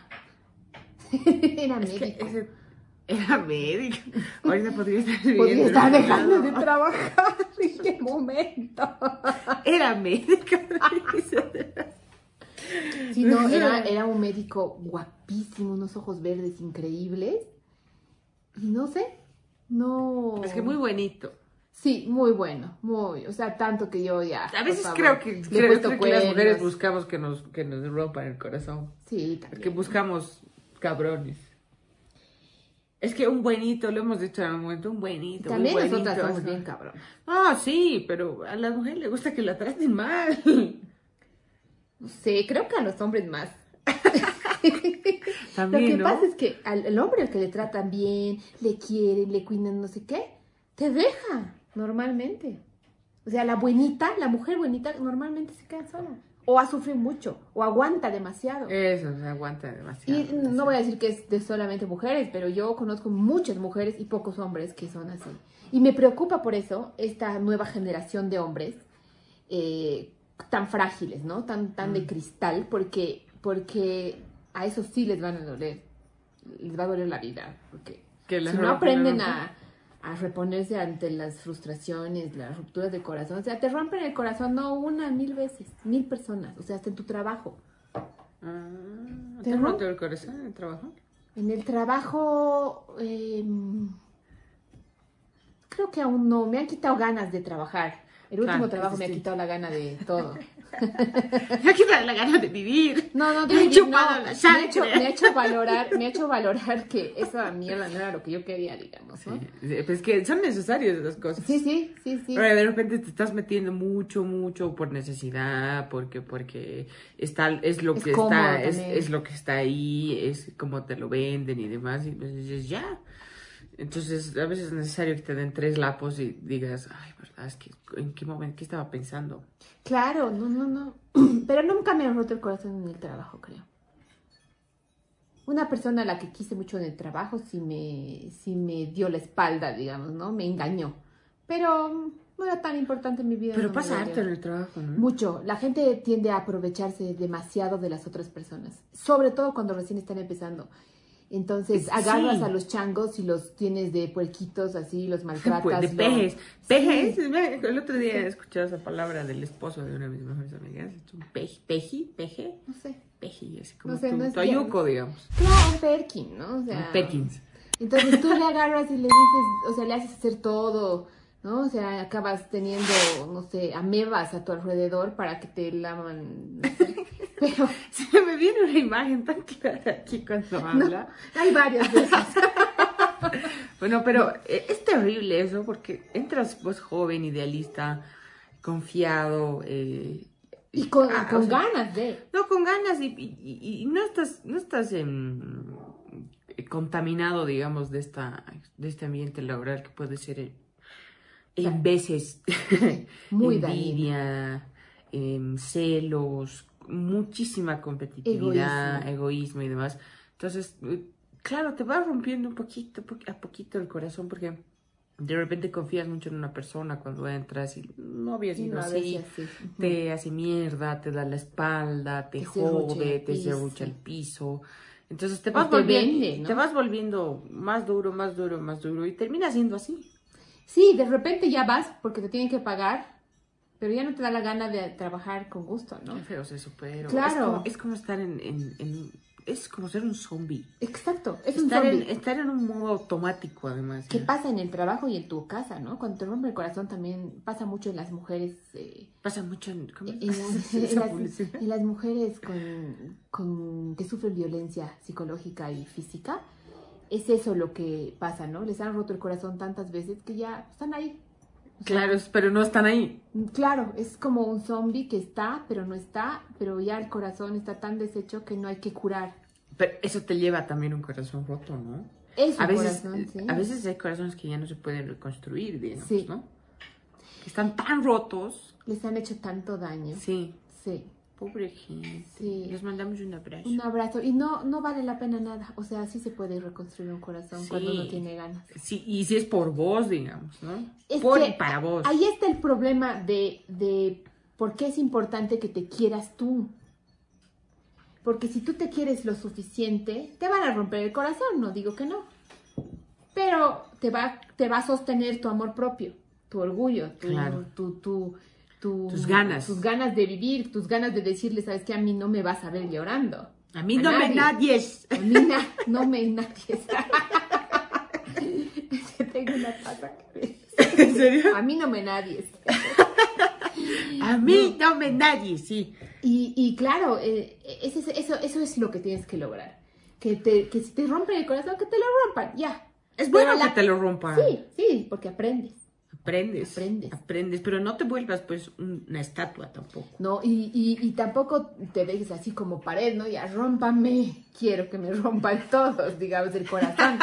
[SPEAKER 2] Era
[SPEAKER 1] Es que
[SPEAKER 2] médico.
[SPEAKER 1] ese era médico. Ahorita podría estar
[SPEAKER 2] Podría
[SPEAKER 1] viviendo
[SPEAKER 2] estar
[SPEAKER 1] en otro
[SPEAKER 2] dejando
[SPEAKER 1] lado.
[SPEAKER 2] de trabajar. ¿En qué momento?
[SPEAKER 1] Era médico.
[SPEAKER 2] Sí, no, era, era un médico guapísimo, unos ojos verdes increíbles. Y no sé, no...
[SPEAKER 1] es que muy bonito.
[SPEAKER 2] Sí, muy bueno, muy... O sea, tanto que yo ya...
[SPEAKER 1] A veces
[SPEAKER 2] por
[SPEAKER 1] creo
[SPEAKER 2] favor,
[SPEAKER 1] que,
[SPEAKER 2] le he
[SPEAKER 1] creo,
[SPEAKER 2] puesto
[SPEAKER 1] creo que las mujeres
[SPEAKER 2] cuernos.
[SPEAKER 1] buscamos que nos, que nos rompan el corazón.
[SPEAKER 2] Sí,
[SPEAKER 1] Porque
[SPEAKER 2] también.
[SPEAKER 1] buscamos cabrones. Es que un buenito, lo hemos dicho en un momento, un buenito. un
[SPEAKER 2] También
[SPEAKER 1] buenito,
[SPEAKER 2] nosotras somos
[SPEAKER 1] ajá.
[SPEAKER 2] bien cabronas.
[SPEAKER 1] Ah, sí, pero a la mujer le gusta que la traten mal.
[SPEAKER 2] No sé, creo que a los hombres más. Lo que
[SPEAKER 1] También, ¿no?
[SPEAKER 2] pasa es que al, al hombre al que le tratan bien, le quieren, le cuidan, no sé qué, te deja normalmente. O sea, la buenita, la mujer bonita, normalmente se queda sola. o a sufrir mucho, o aguanta demasiado.
[SPEAKER 1] Eso, se aguanta demasiado.
[SPEAKER 2] Y no voy a decir que es de solamente mujeres, pero yo conozco muchas mujeres y pocos hombres que son así. Y me preocupa por eso esta nueva generación de hombres eh, tan frágiles, ¿no? Tan, tan de cristal, porque, porque a eso sí les van a doler, les va a doler la vida, porque
[SPEAKER 1] Que les
[SPEAKER 2] si
[SPEAKER 1] va
[SPEAKER 2] no
[SPEAKER 1] a poner
[SPEAKER 2] aprenden
[SPEAKER 1] un-
[SPEAKER 2] a, a reponerse ante las frustraciones, las rupturas de corazón, o sea, te rompen el corazón, no una, mil veces, mil personas, o sea, hasta en tu trabajo.
[SPEAKER 1] Ah,
[SPEAKER 2] ¿Te
[SPEAKER 1] ¿Te has
[SPEAKER 2] rom-
[SPEAKER 1] roto el corazón en el trabajo?
[SPEAKER 2] En el trabajo, em, creo que aún no. Me han quitado ganas de trabajar. El
[SPEAKER 1] Claro,
[SPEAKER 2] último
[SPEAKER 1] es
[SPEAKER 2] trabajo me ha
[SPEAKER 1] distinto.
[SPEAKER 2] quitado la gana de todo.
[SPEAKER 1] Me ha quitado la gana de vivir.
[SPEAKER 2] No, no,
[SPEAKER 1] Me han
[SPEAKER 2] David, no.
[SPEAKER 1] chupado la
[SPEAKER 2] Me ha
[SPEAKER 1] sangre.
[SPEAKER 2] hecho- me ha hecho valorar, me ha hecho valorar que esa mierda no era lo que yo quería, digamos, ¿no?
[SPEAKER 1] Sí, sí, pues que son necesarias las cosas.
[SPEAKER 2] Sí, sí, sí, sí.
[SPEAKER 1] Pero de repente te estás metiendo mucho, mucho por necesidad, porque, porque está, es lo
[SPEAKER 2] Es
[SPEAKER 1] que
[SPEAKER 2] cómodo
[SPEAKER 1] está, es,
[SPEAKER 2] también.
[SPEAKER 1] es lo que está ahí, es como te lo venden y demás, y pues dices, ya. Entonces, a veces es necesario que te den tres lapos y digas, ay, verdad, es que en qué momento, qué estaba pensando.
[SPEAKER 2] Claro, no, no, no. Pero nunca me han roto el corazón en el trabajo, creo. Una persona a la que quise mucho en el trabajo sí me, sí me dio la espalda, digamos, ¿no? Me engañó. Pero mm, no era tan importante en mi vida. no
[SPEAKER 1] Pero
[SPEAKER 2] me
[SPEAKER 1] pasa
[SPEAKER 2] dolió.
[SPEAKER 1] harto en el trabajo, ¿no?
[SPEAKER 2] Mucho. La gente tiende a aprovecharse demasiado de las otras personas, sobre todo cuando recién están empezando. Entonces
[SPEAKER 1] Sí.
[SPEAKER 2] agarras a los changos y los tienes de puerquitos así, los maltratas.
[SPEAKER 1] Pues, de
[SPEAKER 2] los-
[SPEAKER 1] pejes. Pejes, ve, el otro día he escuchado esa palabra del esposo de una de mis mejores amigas. Es un peji, peji, peje,
[SPEAKER 2] No sé.
[SPEAKER 1] peji, así como
[SPEAKER 2] No sé,
[SPEAKER 1] tu,
[SPEAKER 2] no es
[SPEAKER 1] tu ayuco, digamos.
[SPEAKER 2] Claro, un perkin, ¿no? O sea,
[SPEAKER 1] Un Pekins.
[SPEAKER 2] Entonces tú le agarras y le dices, o sea, le haces hacer todo, ¿no? O sea, acabas teniendo, no sé, amebas a tu alrededor para que te laman. no sé. Pero
[SPEAKER 1] Se me viene una imagen tan clara aquí cuando habla.
[SPEAKER 2] hay varias veces.
[SPEAKER 1] Bueno, pero eh, es terrible eso porque entras vos joven, idealista, confiado. eh,
[SPEAKER 2] Y con,
[SPEAKER 1] ah,
[SPEAKER 2] con
[SPEAKER 1] o sea,
[SPEAKER 2] ganas de.
[SPEAKER 1] No, con ganas y, y- y- y no estás, no estás em, eh, contaminado, digamos, de, esta, de este ambiente laboral que puede ser en, en veces
[SPEAKER 2] Muy
[SPEAKER 1] envidia, em, celos, muchísima competitividad, egoísmo. y demás. Entonces, eh, claro, te va rompiendo un poquito po- a poquito el corazón porque de repente confías mucho en una persona cuando entras y no había
[SPEAKER 2] Sí,
[SPEAKER 1] sido
[SPEAKER 2] no, a
[SPEAKER 1] así
[SPEAKER 2] veces sí.
[SPEAKER 1] te hace mierda, te da la espalda, te
[SPEAKER 2] Te serrucha
[SPEAKER 1] jode,
[SPEAKER 2] el
[SPEAKER 1] te
[SPEAKER 2] piso.
[SPEAKER 1] serrucha el piso. Entonces te
[SPEAKER 2] O
[SPEAKER 1] vas,
[SPEAKER 2] te
[SPEAKER 1] volviendo,
[SPEAKER 2] vende, ¿no?
[SPEAKER 1] te vas volviendo más duro, más duro, más duro y termina siendo así.
[SPEAKER 2] Sí, de repente ya vas porque te tienen que pagar, pero ya no te da la gana de trabajar con gusto, ¿no?
[SPEAKER 1] Qué feo es eso, pero es,
[SPEAKER 2] Claro.
[SPEAKER 1] como, es como estar en, en- en- Es como ser un zombie.
[SPEAKER 2] Exacto, es un
[SPEAKER 1] Estar en,
[SPEAKER 2] zombie.
[SPEAKER 1] estar en un modo automático, además.
[SPEAKER 2] ¿Qué
[SPEAKER 1] ¿no?
[SPEAKER 2] pasa en el trabajo y en tu casa, no? Cuando te rompe el corazón también pasa mucho en las mujeres... eh,
[SPEAKER 1] Pasa mucho en. ¿cómo
[SPEAKER 2] en, las,
[SPEAKER 1] es
[SPEAKER 2] en
[SPEAKER 1] esa
[SPEAKER 2] las-
[SPEAKER 1] publicidad?
[SPEAKER 2] en las mujeres con, con- que sufren violencia psicológica y física, es eso lo que pasa, ¿no? Les han roto el corazón tantas veces que ya están ahí.
[SPEAKER 1] Claro, es- pero no están ahí.
[SPEAKER 2] Claro, es como un zombie que está, pero no está, pero ya el corazón está tan deshecho que no hay que curar.
[SPEAKER 1] Pero eso te lleva también a un corazón roto, ¿no?
[SPEAKER 2] Es un
[SPEAKER 1] a veces,
[SPEAKER 2] corazón, sí.
[SPEAKER 1] a veces hay corazones que ya no se pueden reconstruir, digamos,
[SPEAKER 2] Sí.
[SPEAKER 1] ¿no? Que están tan rotos.
[SPEAKER 2] Les han hecho tanto daño.
[SPEAKER 1] Sí.
[SPEAKER 2] Sí.
[SPEAKER 1] Pobre gente.
[SPEAKER 2] Sí.
[SPEAKER 1] Les mandamos un abrazo.
[SPEAKER 2] Un abrazo. Y no, no vale la pena nada. O sea, sí se puede reconstruir un corazón
[SPEAKER 1] Sí.
[SPEAKER 2] cuando uno tiene ganas.
[SPEAKER 1] Sí, y si es por vos, digamos, ¿no?
[SPEAKER 2] Es
[SPEAKER 1] por
[SPEAKER 2] que
[SPEAKER 1] y para vos.
[SPEAKER 2] Ahí está el problema de, de por qué es importante que te quieras tú. Porque si tú te quieres lo suficiente, te van a romper el corazón, no digo que no. Pero te va, te va a sostener tu amor propio, tu orgullo, tu,
[SPEAKER 1] Claro.
[SPEAKER 2] tu- tu- tu-
[SPEAKER 1] Tus ganas.
[SPEAKER 2] Tus ganas de vivir, tus ganas de decirle, sabes que a mí no me vas a ver llorando.
[SPEAKER 1] A mí
[SPEAKER 2] a
[SPEAKER 1] no me
[SPEAKER 2] nadie.
[SPEAKER 1] nadie. es.
[SPEAKER 2] A mí na- no me nadie. Tengo una taza que-
[SPEAKER 1] ¿En serio?
[SPEAKER 2] A mí no me nadie.
[SPEAKER 1] A mí no me nadie, sí.
[SPEAKER 2] Y, y claro, eh, ese es- eso, eso es lo que tienes que lograr. Que, te, que si te rompen el corazón, que te lo rompan, ya.
[SPEAKER 1] Es
[SPEAKER 2] Pero
[SPEAKER 1] bueno
[SPEAKER 2] la-
[SPEAKER 1] Ah. que te lo rompan.
[SPEAKER 2] Sí, sí, porque aprendes.
[SPEAKER 1] Aprendes.
[SPEAKER 2] Aprendes.
[SPEAKER 1] Aprendes, pero no te vuelvas pues un- una estatua tampoco.
[SPEAKER 2] No, y, y, y tampoco te dejes así como pared, ¿no? Ya, rómpame, quiero que me rompan todos, digamos, el corazón.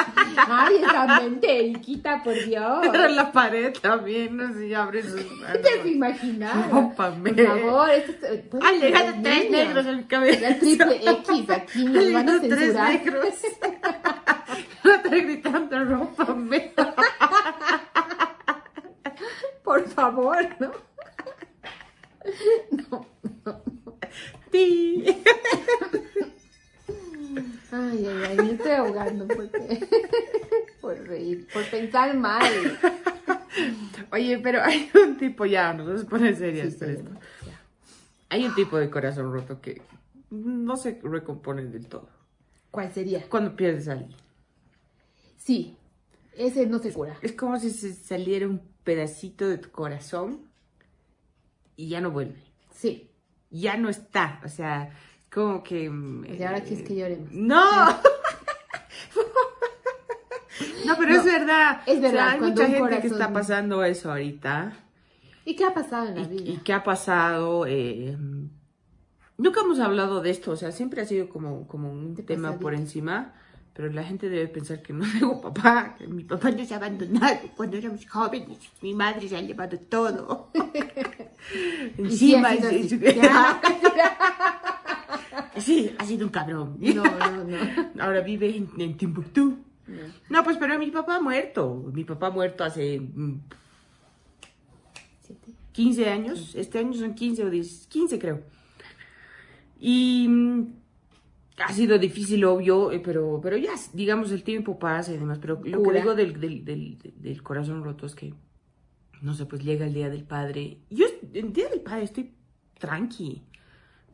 [SPEAKER 2] Ay, esa mente Iquita, por Dios.
[SPEAKER 1] Pero la pared también, no sé, abre sus
[SPEAKER 2] ¿Qué
[SPEAKER 1] manos.
[SPEAKER 2] te imaginas?
[SPEAKER 1] Rómpame.
[SPEAKER 2] Por favor, esto es- eh, puede
[SPEAKER 1] Ah, le
[SPEAKER 2] ser
[SPEAKER 1] gana tres
[SPEAKER 2] niña.
[SPEAKER 1] negros a mi
[SPEAKER 2] Ya
[SPEAKER 1] cabeza.
[SPEAKER 2] el triple X aquí nos
[SPEAKER 1] Le
[SPEAKER 2] van a
[SPEAKER 1] gana tres
[SPEAKER 2] censurar.
[SPEAKER 1] negros. Va a estar gritando, rómpame.
[SPEAKER 2] Por favor, ¿no?
[SPEAKER 1] Ti.
[SPEAKER 2] Ay, ay, ay, me estoy ahogando porque... por reír, por pensar mal.
[SPEAKER 1] Oye, pero hay un tipo, ya, nos vamos a poner serias
[SPEAKER 2] Sí,
[SPEAKER 1] por
[SPEAKER 2] sí,
[SPEAKER 1] esto.
[SPEAKER 2] ya.
[SPEAKER 1] Hay un tipo de corazón roto que no se recompone del todo.
[SPEAKER 2] ¿Cuál sería?
[SPEAKER 1] Cuando pierdes a alguien.
[SPEAKER 2] Sí, ese no se cura.
[SPEAKER 1] Es como si se saliera un pedacito de tu corazón y ya no vuelve.
[SPEAKER 2] Sí.
[SPEAKER 1] Ya no está. O sea, como que. mm, eh,
[SPEAKER 2] O sea, ahora quieres que lloremos.
[SPEAKER 1] ¡No! no, pero es
[SPEAKER 2] No,
[SPEAKER 1] verdad.
[SPEAKER 2] es
[SPEAKER 1] O sea,
[SPEAKER 2] verdad,
[SPEAKER 1] hay
[SPEAKER 2] cuando
[SPEAKER 1] mucha
[SPEAKER 2] un
[SPEAKER 1] gente que
[SPEAKER 2] corazón-
[SPEAKER 1] está pasando eso ahorita.
[SPEAKER 2] ¿Y qué ha pasado en la
[SPEAKER 1] y, y
[SPEAKER 2] vida?
[SPEAKER 1] qué ha pasado. eh, nunca hemos hablado de esto, o sea, siempre ha sido como, como un
[SPEAKER 2] De
[SPEAKER 1] tema por
[SPEAKER 2] pasadita.
[SPEAKER 1] encima, pero la gente debe pensar que no tengo papá, que mi papá nos ha abandonado cuando éramos jóvenes, mi madre se ha llevado todo.
[SPEAKER 2] Y sí
[SPEAKER 1] encima,
[SPEAKER 2] ha sido
[SPEAKER 1] es-
[SPEAKER 2] así.
[SPEAKER 1] es-
[SPEAKER 2] Ya.
[SPEAKER 1] sí, ha sido un cabrón.
[SPEAKER 2] No, no, no.
[SPEAKER 1] Ahora vive en, en Timbuktu.
[SPEAKER 2] No.
[SPEAKER 1] No, pues, pero mi papá ha muerto, mi papá ha muerto hace mm,
[SPEAKER 2] Siete.
[SPEAKER 1] 15 años, este año son 15 o 10, 15 creo. Y mm, ha sido difícil, obvio, eh, pero, pero ya, digamos, el tiempo pasa y demás. Pero lo que
[SPEAKER 2] Cura.
[SPEAKER 1] digo del, del, del, del corazón roto es que, no sé, pues llega el Día del Padre. Yo est- el Día del Padre estoy tranqui,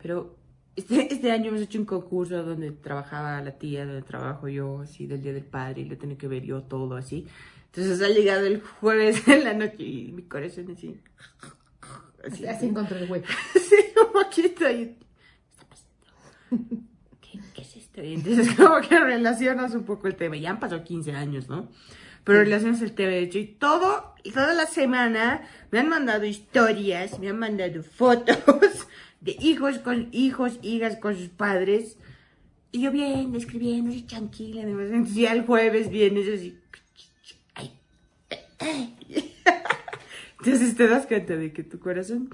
[SPEAKER 1] pero este, este año hemos hecho un concurso donde trabajaba la tía, donde trabajo yo, así, del Día del Padre, y le tengo que ver yo todo así. Entonces ha llegado el jueves en la noche y mi corazón así.
[SPEAKER 2] Así, así encontró el hueco.
[SPEAKER 1] Sí, como que estoy. ¿Qué, qué es esto? Y entonces, como que relacionas un poco el tema. Ya han pasado 15 años, ¿no? Pero relacionas el tema, de hecho, y todo, y toda la semana me han mandado historias, me han mandado fotos de hijos con hijos, hijas con sus padres. Y yo bien, escribiendo, así tranquila, y demás. Entonces, ya el jueves vienes así. ay, ay, ay. Entonces te das cuenta de que tu corazón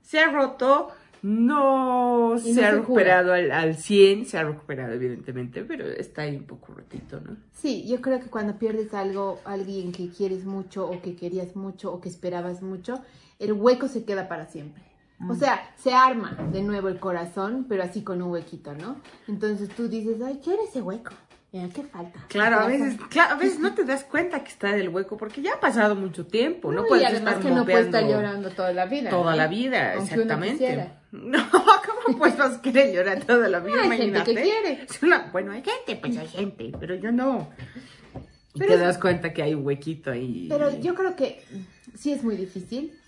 [SPEAKER 1] se ha roto, no
[SPEAKER 2] Y
[SPEAKER 1] se,
[SPEAKER 2] no
[SPEAKER 1] ha
[SPEAKER 2] se cura.
[SPEAKER 1] recuperado al, al 100, se ha recuperado evidentemente, pero está ahí un poco rotito, ¿no?
[SPEAKER 2] Sí, yo creo que cuando pierdes algo, alguien que quieres mucho o que querías mucho o que esperabas mucho, el hueco se queda para siempre.
[SPEAKER 1] Mm.
[SPEAKER 2] O sea, se arma de nuevo el corazón, pero así con un huequito, ¿no? Entonces tú dices, ay, ¿qué era ese hueco? Mira, ¿qué falta?
[SPEAKER 1] Claro, a
[SPEAKER 2] Corazón.
[SPEAKER 1] veces, claro, a veces no te das cuenta que está del hueco porque ya ha pasado mucho tiempo, no,
[SPEAKER 2] No, y
[SPEAKER 1] puedes
[SPEAKER 2] además
[SPEAKER 1] estar
[SPEAKER 2] que no puedes estar
[SPEAKER 1] mopeando
[SPEAKER 2] llorando toda la vida.
[SPEAKER 1] toda
[SPEAKER 2] ¿no?
[SPEAKER 1] la vida,
[SPEAKER 2] Aunque uno
[SPEAKER 1] exactamente.
[SPEAKER 2] quisiera.
[SPEAKER 1] No, ¿cómo pues vas a querer llorar toda la vida?
[SPEAKER 2] Hay gente que
[SPEAKER 1] Imagínate.
[SPEAKER 2] quiere.
[SPEAKER 1] Es una- bueno, hay gente, pues hay gente, pero yo no. Y
[SPEAKER 2] Pero
[SPEAKER 1] te
[SPEAKER 2] es-
[SPEAKER 1] das cuenta que hay un huequito ahí.
[SPEAKER 2] Pero yo creo que sí es muy difícil.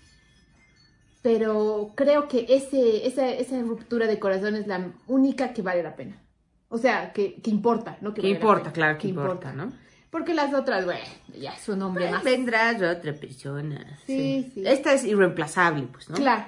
[SPEAKER 2] Pero creo que ese, esa, esa ruptura de corazón es la única que vale la pena. O sea, que, que importa, ¿no? Que
[SPEAKER 1] Que
[SPEAKER 2] vale la
[SPEAKER 1] importa,
[SPEAKER 2] pena,
[SPEAKER 1] claro que importa, ¿no?
[SPEAKER 2] Porque las otras, bueno, ya es un hombre más.
[SPEAKER 1] Vendrás otra persona.
[SPEAKER 2] Sí, sí.
[SPEAKER 1] Esta es irreemplazable, pues, ¿no?
[SPEAKER 2] Claro,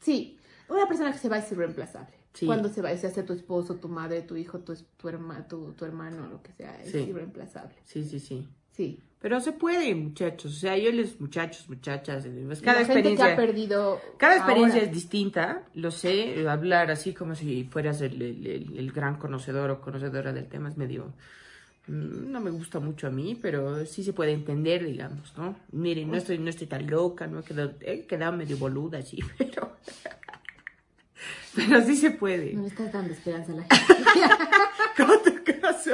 [SPEAKER 2] sí. Una persona que se va es irreemplazable.
[SPEAKER 1] Sí.
[SPEAKER 2] Cuando se va, o sea sea tu esposo, tu madre, tu hijo, tu, es- tu, herma- tu, tu hermano, lo que sea, es
[SPEAKER 1] Sí.
[SPEAKER 2] irreemplazable.
[SPEAKER 1] Sí, sí, sí.
[SPEAKER 2] Sí.
[SPEAKER 1] Pero se puede, muchachos. O sea, yo les, muchachos, muchachas, es cada
[SPEAKER 2] la gente que ha
[SPEAKER 1] experiencia.
[SPEAKER 2] perdido.
[SPEAKER 1] Cada experiencia
[SPEAKER 2] ahora-
[SPEAKER 1] es distinta, lo sé, eh, hablar así como si fueras el, el- el- el gran conocedor o conocedora del tema es medio... mm, No me gusta mucho a mí, pero sí se puede entender, digamos, ¿no? Miren, no estoy, no estoy tan loca, no he quedado, he quedado medio boluda así, pero... Pero sí se puede.
[SPEAKER 2] No le estás dando esperanza a la gente.
[SPEAKER 1] Como tu caso.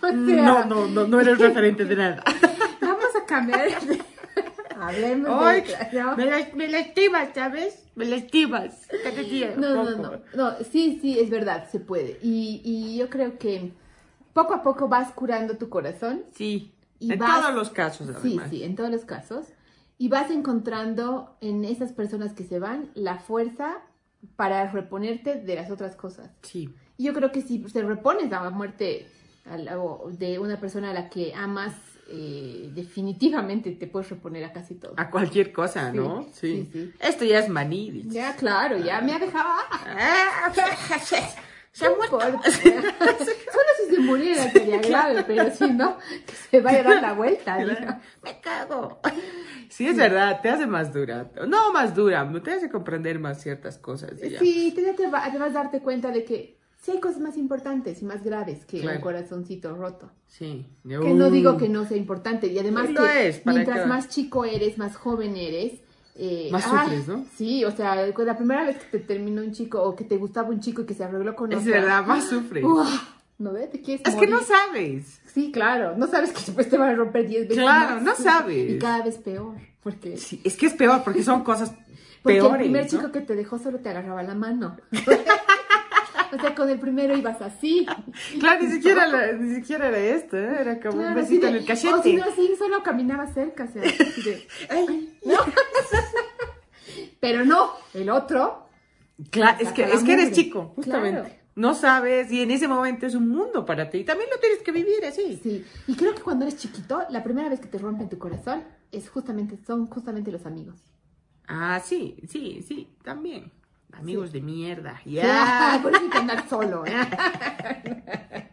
[SPEAKER 2] Pues, sea-
[SPEAKER 1] no, no, no, no eres referente de nada.
[SPEAKER 2] Vamos a cambiar. Hablemos
[SPEAKER 1] Ay,
[SPEAKER 2] de ¿no?
[SPEAKER 1] me, las- me lastimas, ¿sabes? Me lastimas. Cada día.
[SPEAKER 2] No, no,
[SPEAKER 1] poco.
[SPEAKER 2] no, no. Sí, sí, es verdad, se puede. Y, y yo creo que poco a poco vas curando tu corazón.
[SPEAKER 1] Sí.
[SPEAKER 2] Y
[SPEAKER 1] en
[SPEAKER 2] vas-
[SPEAKER 1] todos los casos, además.
[SPEAKER 2] Sí, sí, en todos los casos. Y vas encontrando en esas personas que se van la fuerza para reponerte de las otras cosas.
[SPEAKER 1] Sí.
[SPEAKER 2] Y yo creo que si se repones a la muerte a la- o de una persona a la que amas eh, definitivamente te puedes reponer a casi todo.
[SPEAKER 1] A cualquier cosa,
[SPEAKER 2] Sí,
[SPEAKER 1] ¿no? Sí.
[SPEAKER 2] sí, sí.
[SPEAKER 1] Esto ya es maní. dices.
[SPEAKER 2] Ya, claro, ya me dejaba.
[SPEAKER 1] Ah, Se ha
[SPEAKER 2] No
[SPEAKER 1] muerto.
[SPEAKER 2] importa. Solo si se muriera sería grave, pero si no, que se vaya a dar la vuelta. digo.
[SPEAKER 1] Me cago. Sí, es verdad, te hace más dura. No más dura, te hace comprender más ciertas cosas. y ya.
[SPEAKER 2] Sí, te, te va- te vas a darte cuenta de que sí hay cosas más importantes y más graves que
[SPEAKER 1] Claro.
[SPEAKER 2] un corazoncito roto.
[SPEAKER 1] Sí.
[SPEAKER 2] Que no digo que no sea importante. Y además
[SPEAKER 1] Lo
[SPEAKER 2] que
[SPEAKER 1] es, ¿para
[SPEAKER 2] mientras
[SPEAKER 1] qué?
[SPEAKER 2] más chico eres, más joven eres. eh,
[SPEAKER 1] Más
[SPEAKER 2] ay,
[SPEAKER 1] sufres, ¿no?
[SPEAKER 2] Sí, o sea, cu- la primera vez que te terminó un chico o que te gustaba un chico y que se arregló con
[SPEAKER 1] Es
[SPEAKER 2] otra,
[SPEAKER 1] verdad, más sufres.
[SPEAKER 2] ¡uah! ¿No ves? Te quieres
[SPEAKER 1] Es que no
[SPEAKER 2] morir.
[SPEAKER 1] sabes.
[SPEAKER 2] Sí, claro. No sabes que después te van a romper 10 veces
[SPEAKER 1] Claro,
[SPEAKER 2] más.
[SPEAKER 1] no sabes.
[SPEAKER 2] Y cada vez peor. Porque,
[SPEAKER 1] Sí, es que es peor porque son cosas
[SPEAKER 2] porque
[SPEAKER 1] peores.
[SPEAKER 2] el primer
[SPEAKER 1] ¿no?
[SPEAKER 2] chico que te dejó solo te agarraba la mano. o sea, con el primero ibas así.
[SPEAKER 1] Claro, ni siquiera, la- ni siquiera era esto, ¿eh? era como un
[SPEAKER 2] Claro, así
[SPEAKER 1] besito
[SPEAKER 2] de-
[SPEAKER 1] en el
[SPEAKER 2] O si
[SPEAKER 1] cachete.
[SPEAKER 2] no, eh, así solo caminaba cerca. O sea, así de-
[SPEAKER 1] Ay.
[SPEAKER 2] Pero no, el otro.
[SPEAKER 1] Claro, es que,
[SPEAKER 2] Saca la
[SPEAKER 1] es que eres
[SPEAKER 2] mugre.
[SPEAKER 1] chico, justamente.
[SPEAKER 2] Claro.
[SPEAKER 1] No sabes y en ese momento es un mundo para ti. Y también lo tienes que vivir así.
[SPEAKER 2] Sí. Y creo que cuando eres chiquito, la primera vez que te rompen tu corazón es justamente, son justamente los amigos.
[SPEAKER 1] Ah, sí, sí, sí, también. Amigos de mierda. Ya.
[SPEAKER 2] Sí, por eso hay que andar solo. ¿eh?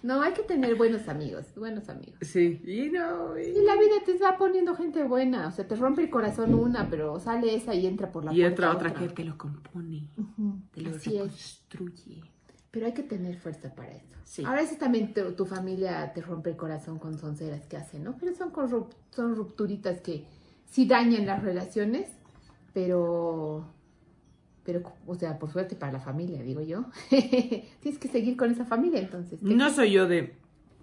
[SPEAKER 2] No, hay que tener buenos amigos, buenos amigos.
[SPEAKER 1] Sí. Y no.
[SPEAKER 2] Y la vida te va poniendo gente buena, o sea, te rompe el corazón una, pero sale esa y entra por la
[SPEAKER 1] Y
[SPEAKER 2] puerta
[SPEAKER 1] otra, otra que te lo compone,
[SPEAKER 2] Ujú,
[SPEAKER 1] te lo
[SPEAKER 2] Así es.
[SPEAKER 1] reconstruye.
[SPEAKER 2] Pero hay que tener fuerza para eso.
[SPEAKER 1] Sí.
[SPEAKER 2] Ahora eso también tu, tu familia te rompe el corazón con sonceras que hacen, ¿no? Pero son, con rup- son rupturitas que sí dañan las relaciones, pero, pero, o sea, por suerte para la familia, digo yo. Tienes que seguir con esa familia entonces. ¿qué?
[SPEAKER 1] No soy yo de,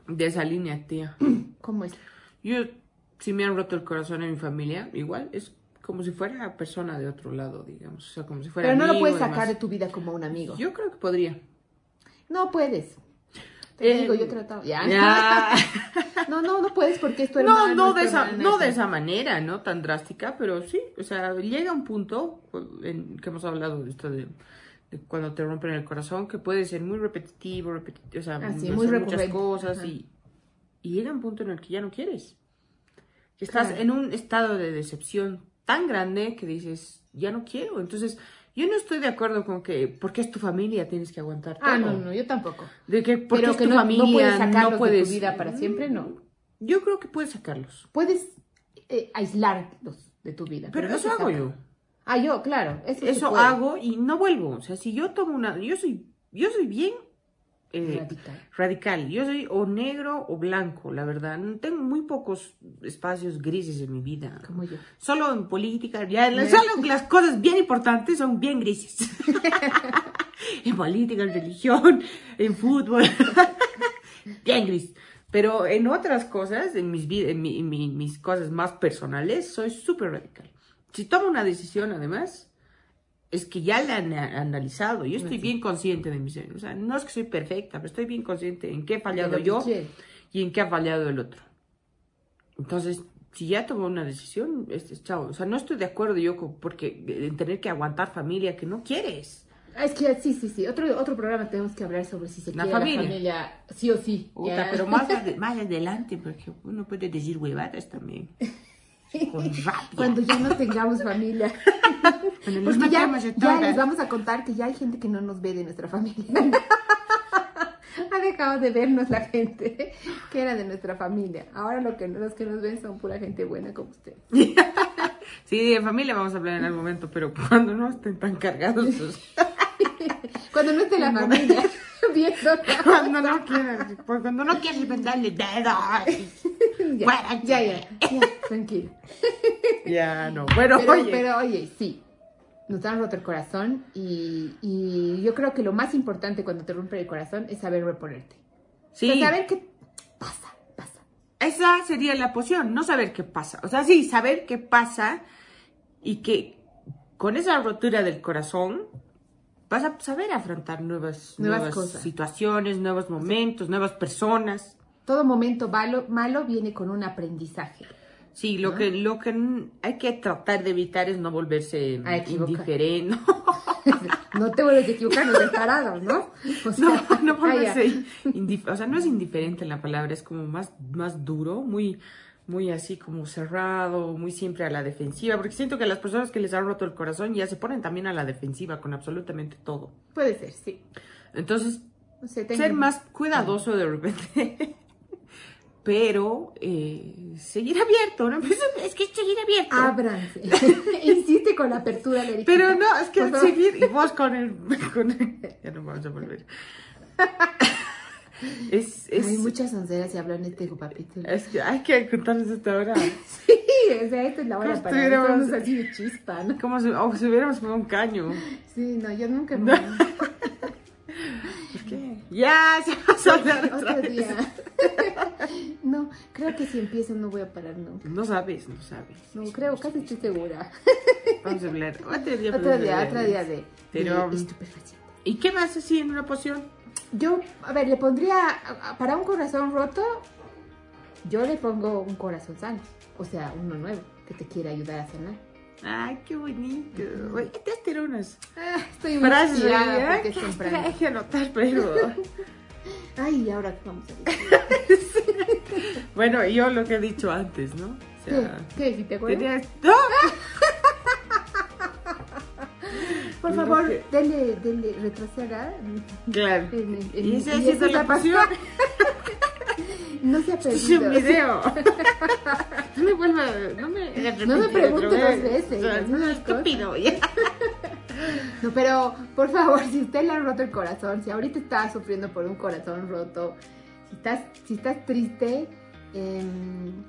[SPEAKER 1] de esa línea, tía.
[SPEAKER 2] ¿Cómo es?
[SPEAKER 1] Yo, si me han roto el corazón en mi familia, igual es como si fuera persona de otro lado, digamos. O sea, como si fuera.
[SPEAKER 2] Pero no lo
[SPEAKER 1] amigo
[SPEAKER 2] puedes
[SPEAKER 1] y
[SPEAKER 2] sacar de
[SPEAKER 1] demás.
[SPEAKER 2] tu vida como un amigo.
[SPEAKER 1] Yo creo que podría.
[SPEAKER 2] No puedes. Te
[SPEAKER 1] Eh,
[SPEAKER 2] digo, yo he tratado. Ya.
[SPEAKER 1] Ya.
[SPEAKER 2] No, no, no puedes porque es tu hermano.
[SPEAKER 1] No, no,
[SPEAKER 2] es tu
[SPEAKER 1] de esa,
[SPEAKER 2] hermana,
[SPEAKER 1] no
[SPEAKER 2] es-
[SPEAKER 1] de esa manera, ¿no? Tan drástica, pero sí, o sea, llega un punto pues, en que hemos hablado de esto de, de cuando te rompen el corazón, que puede ser muy repetitivo, repetitivo, o sea,
[SPEAKER 2] Ah, sí,
[SPEAKER 1] hacer
[SPEAKER 2] muy
[SPEAKER 1] muchas
[SPEAKER 2] recurrente.
[SPEAKER 1] cosas
[SPEAKER 2] Ajá.
[SPEAKER 1] y, y llega un punto en el que ya no quieres. Que Estás
[SPEAKER 2] Claro.
[SPEAKER 1] en un estado de decepción tan grande que dices, ya no quiero. Entonces, yo no estoy de acuerdo con que, porque es tu familia, tienes que aguantar
[SPEAKER 2] Ah,
[SPEAKER 1] todo.
[SPEAKER 2] no, no, yo tampoco.
[SPEAKER 1] De que porque
[SPEAKER 2] Pero
[SPEAKER 1] es
[SPEAKER 2] que
[SPEAKER 1] tu
[SPEAKER 2] no- no
[SPEAKER 1] familia,
[SPEAKER 2] puedes sacarlos de tu
[SPEAKER 1] puedes- Mm.
[SPEAKER 2] vida para siempre, no.
[SPEAKER 1] Yo creo que puedes sacarlos.
[SPEAKER 2] puedes eh, aislarlos de tu vida.
[SPEAKER 1] Pero
[SPEAKER 2] no
[SPEAKER 1] eso
[SPEAKER 2] te
[SPEAKER 1] hago
[SPEAKER 2] saca.
[SPEAKER 1] yo.
[SPEAKER 2] Ah, yo, claro. Eso, se
[SPEAKER 1] Eso
[SPEAKER 2] puede.
[SPEAKER 1] hago y no vuelvo. O sea, si yo tomo una. Yo soy, yo soy bien eh,
[SPEAKER 2] Radical.
[SPEAKER 1] radical. Yo soy o negro o blanco, la verdad. No Tengo muy pocos espacios grises en mi vida.
[SPEAKER 2] Como yo.
[SPEAKER 1] Solo en política, ya, la-
[SPEAKER 2] Ya.
[SPEAKER 1] solo las cosas bien importantes son bien grises. en política, en religión, en fútbol. bien gris. Pero en otras cosas, en mis, vid- en mi- en mi- mis cosas más personales, soy súper radical. Si tomo una decisión, además, es que ya la han a- analizado. Yo estoy
[SPEAKER 2] Así.
[SPEAKER 1] bien consciente de mis... O sea, no es que soy perfecta, pero estoy bien consciente en qué he
[SPEAKER 2] De
[SPEAKER 1] fallado
[SPEAKER 2] lo que
[SPEAKER 1] yo
[SPEAKER 2] quiere.
[SPEAKER 1] y en qué ha fallado el otro. Entonces, si ya tomó una decisión, este es chao. O sea, no estoy de acuerdo yo con, porque eh, en tener que aguantar familia que no quieres.
[SPEAKER 2] Ah, Es que sí, sí, sí. Otro, otro programa tenemos que hablar sobre si se
[SPEAKER 1] La
[SPEAKER 2] quiere a
[SPEAKER 1] familia.
[SPEAKER 2] la familia sí o sí.
[SPEAKER 1] Puta,
[SPEAKER 2] Ya.
[SPEAKER 1] pero más, ade- más adelante, porque uno puede decir huevadas también. Con rabia.
[SPEAKER 2] Cuando ya no tengamos familia.
[SPEAKER 1] Cuando nos
[SPEAKER 2] Porque Pues ya,
[SPEAKER 1] matamos a
[SPEAKER 2] ya
[SPEAKER 1] todas.
[SPEAKER 2] les vamos a contar que ya hay gente que no nos ve de nuestra familia. ha dejado de vernos la gente que era de nuestra familia. Ahora lo que, los que nos ven son pura gente buena como usted.
[SPEAKER 1] Sí, de familia vamos a hablar en algún momento, pero cuando no estén tan cargados, pues, sus-
[SPEAKER 2] Cuando no esté la familia viendo.
[SPEAKER 1] cuando no quieras, pues, cuando no quieres venderle dedos.
[SPEAKER 2] ya, ya, ya, ya, tranquilo.
[SPEAKER 1] Ya, no. Bueno,
[SPEAKER 2] Pero
[SPEAKER 1] oye.
[SPEAKER 2] pero, oye, sí, nos han roto el corazón y, y yo creo que lo más importante cuando te rompe el corazón es saber reponerte.
[SPEAKER 1] sí.
[SPEAKER 2] O sea, saber qué pasa, pasa.
[SPEAKER 1] Esa sería la poción, no saber qué pasa. O sea, sí, saber qué pasa y que con esa rotura del corazón vas a saber afrontar nuevas,
[SPEAKER 2] Nuevas
[SPEAKER 1] nuevas
[SPEAKER 2] cosas.
[SPEAKER 1] situaciones, nuevos momentos, nuevas personas.
[SPEAKER 2] Todo momento malo, malo viene con un aprendizaje.
[SPEAKER 1] Sí,
[SPEAKER 2] Ah.
[SPEAKER 1] lo que lo que n- hay que tratar de evitar es no volverse
[SPEAKER 2] A equivocar.
[SPEAKER 1] indiferente.
[SPEAKER 2] no te vuelves a equivocar, nos descarados, ¿no? O sea, ah,
[SPEAKER 1] No, no
[SPEAKER 2] calla.
[SPEAKER 1] póngase indif- o sea, no es indiferente la palabra, es como más, más duro, muy, muy así como cerrado, muy siempre a la defensiva, porque siento que las personas que les han roto el corazón ya se ponen también a la defensiva con absolutamente todo.
[SPEAKER 2] Puede ser, sí.
[SPEAKER 1] Entonces,
[SPEAKER 2] O sea,
[SPEAKER 1] ser
[SPEAKER 2] tengo-
[SPEAKER 1] más cuidadoso de repente, pero eh, seguir abierto, ¿no? Pues, Es que es seguir abierto.
[SPEAKER 2] Ábranse. Insiste con la apertura, Lerita.
[SPEAKER 1] Pero no, es
[SPEAKER 2] Por
[SPEAKER 1] que
[SPEAKER 2] favor.
[SPEAKER 1] seguir. Y vos con el. Con el- ya no vamos a volver. Es. es Eh.
[SPEAKER 2] Hay muchas onceras y hablan en este capítulo.
[SPEAKER 1] es que hay que contarles hasta ahora.
[SPEAKER 2] Sí, o sea, esta es la hora
[SPEAKER 1] Como
[SPEAKER 2] para
[SPEAKER 1] estuviéramos-
[SPEAKER 2] nosotros así de chispa, ¿no?
[SPEAKER 1] Como si, oh, si hubiéramos pegado un caño.
[SPEAKER 2] Sí, no, yo nunca me...
[SPEAKER 1] ¿Por qué? Ya, se va a hablar otra
[SPEAKER 2] Otro
[SPEAKER 1] vez.
[SPEAKER 2] día. no, creo que si empiezo no voy a parar nunca.
[SPEAKER 1] No sabes, no sabes.
[SPEAKER 2] No, creo, casi estoy segura.
[SPEAKER 1] Vamos a hablar otro día.
[SPEAKER 2] Otro
[SPEAKER 1] podemos
[SPEAKER 2] día,
[SPEAKER 1] hablar
[SPEAKER 2] otro
[SPEAKER 1] de
[SPEAKER 2] día
[SPEAKER 1] eso.
[SPEAKER 2] de,
[SPEAKER 1] Pero,
[SPEAKER 2] de estupefacientes.
[SPEAKER 1] ¿Y qué más así en una poción?
[SPEAKER 2] Yo, a ver, le pondría, a- a- para un corazón roto, yo le pongo un corazón sano. O sea, uno nuevo, que te quiere ayudar a sanar.
[SPEAKER 1] Ay, qué bonito. Oye, estas teronas.
[SPEAKER 2] Ah, estoy muy
[SPEAKER 1] Frases de
[SPEAKER 2] inspirada
[SPEAKER 1] vida
[SPEAKER 2] porque
[SPEAKER 1] que
[SPEAKER 2] es temprano.
[SPEAKER 1] traje a anotar, pero.
[SPEAKER 2] Ay, ¿y ahora qué vamos a decir?
[SPEAKER 1] Bueno, y yo lo que he dicho antes, ¿no? O
[SPEAKER 2] ¿Qué?
[SPEAKER 1] sea,
[SPEAKER 2] ¿Qué? ¿Sí te acuerdas?
[SPEAKER 1] tenías... ¡No!
[SPEAKER 2] Por
[SPEAKER 1] Lo
[SPEAKER 2] favor,
[SPEAKER 1] que-
[SPEAKER 2] denle, denle, retroceda.
[SPEAKER 1] Claro.
[SPEAKER 2] En- en- en-
[SPEAKER 1] Y ese
[SPEAKER 2] y
[SPEAKER 1] ese es
[SPEAKER 2] esa
[SPEAKER 1] de
[SPEAKER 2] es
[SPEAKER 1] la
[SPEAKER 2] la
[SPEAKER 1] pasión.
[SPEAKER 2] No se ha
[SPEAKER 1] Es un
[SPEAKER 2] perdido.
[SPEAKER 1] video. No me vuelva... No me... repite,
[SPEAKER 2] No me pregunte
[SPEAKER 1] otra vez.
[SPEAKER 2] dos veces,
[SPEAKER 1] O sea,
[SPEAKER 2] las
[SPEAKER 1] no,
[SPEAKER 2] mismas
[SPEAKER 1] estúpido. ya.
[SPEAKER 2] No, pero por favor, si usted le ha roto el corazón, si ahorita está sufriendo por un corazón roto, si estás, si estás triste, em,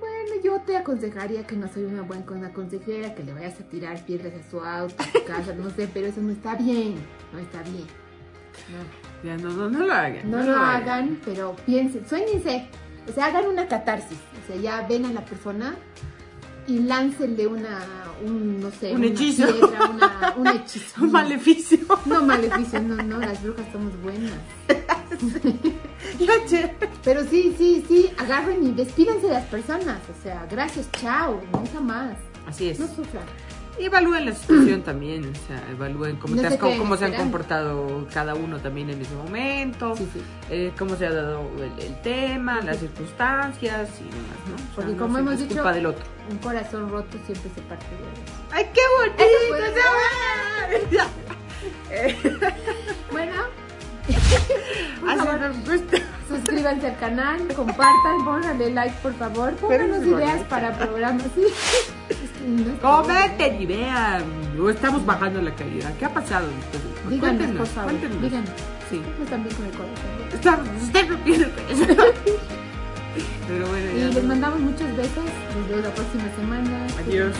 [SPEAKER 2] bueno, yo te aconsejaría que no soy una buena una consejera, que le vayas a tirar piedras a su auto, a su casa, no sé, pero eso no está bien, no está bien. No,
[SPEAKER 1] Ya, no, no, no lo hagan.
[SPEAKER 2] no lo hagan, pero piensen, sueñense, o sea, hagan una catarsis, o sea, ya ven a la persona y láncenle una, un, no sé,
[SPEAKER 1] Un
[SPEAKER 2] una
[SPEAKER 1] hechizo.
[SPEAKER 2] piedra, una- un hechizo.
[SPEAKER 1] Un maleficio.
[SPEAKER 2] No maleficio, no, no, las brujas somos buenas.
[SPEAKER 1] La che-
[SPEAKER 2] Pero sí, sí, sí, agarren y despídanse de las personas. O sea, gracias, chao, nunca más.
[SPEAKER 1] Así es.
[SPEAKER 2] No sufran.
[SPEAKER 1] Evalúen la situación también. O sea, evalúen cómo,
[SPEAKER 2] No
[SPEAKER 1] te has-
[SPEAKER 2] se queden
[SPEAKER 1] cómo se han
[SPEAKER 2] esperando.
[SPEAKER 1] comportado cada uno también en ese momento.
[SPEAKER 2] Sí, sí.
[SPEAKER 1] eh, cómo se ha dado el, el tema, las circunstancias y demás, ¿no? O sea,
[SPEAKER 2] Porque
[SPEAKER 1] no
[SPEAKER 2] como
[SPEAKER 1] siempre
[SPEAKER 2] hemos
[SPEAKER 1] es
[SPEAKER 2] dicho-
[SPEAKER 1] culpa del otro.
[SPEAKER 2] Un corazón roto siempre se parte de dos.
[SPEAKER 1] ¡Ay, qué
[SPEAKER 2] Eso
[SPEAKER 1] bonito! ¡Ya!
[SPEAKER 2] Bueno,
[SPEAKER 1] Por
[SPEAKER 2] favor.
[SPEAKER 1] favor, gusta.
[SPEAKER 2] suscríbanse al canal, compartan, pónganle like, por favor. Pónganos
[SPEAKER 1] Pero-
[SPEAKER 2] ideas para programas. Sí. Es que no es
[SPEAKER 1] Comenten y vean. O estamos bajando la calidad. ¿Qué ha pasado? ustedes?
[SPEAKER 2] Díganos, por favor.
[SPEAKER 1] cuéntenos.
[SPEAKER 2] Díganos.
[SPEAKER 1] Sí.
[SPEAKER 2] Pues también con el corazón.
[SPEAKER 1] Estamos, usted no pierde eso. Pero bueno,
[SPEAKER 2] Y
[SPEAKER 1] ya.
[SPEAKER 2] les mandamos muchos besos. Nos vemos la próxima semana.
[SPEAKER 1] Adiós.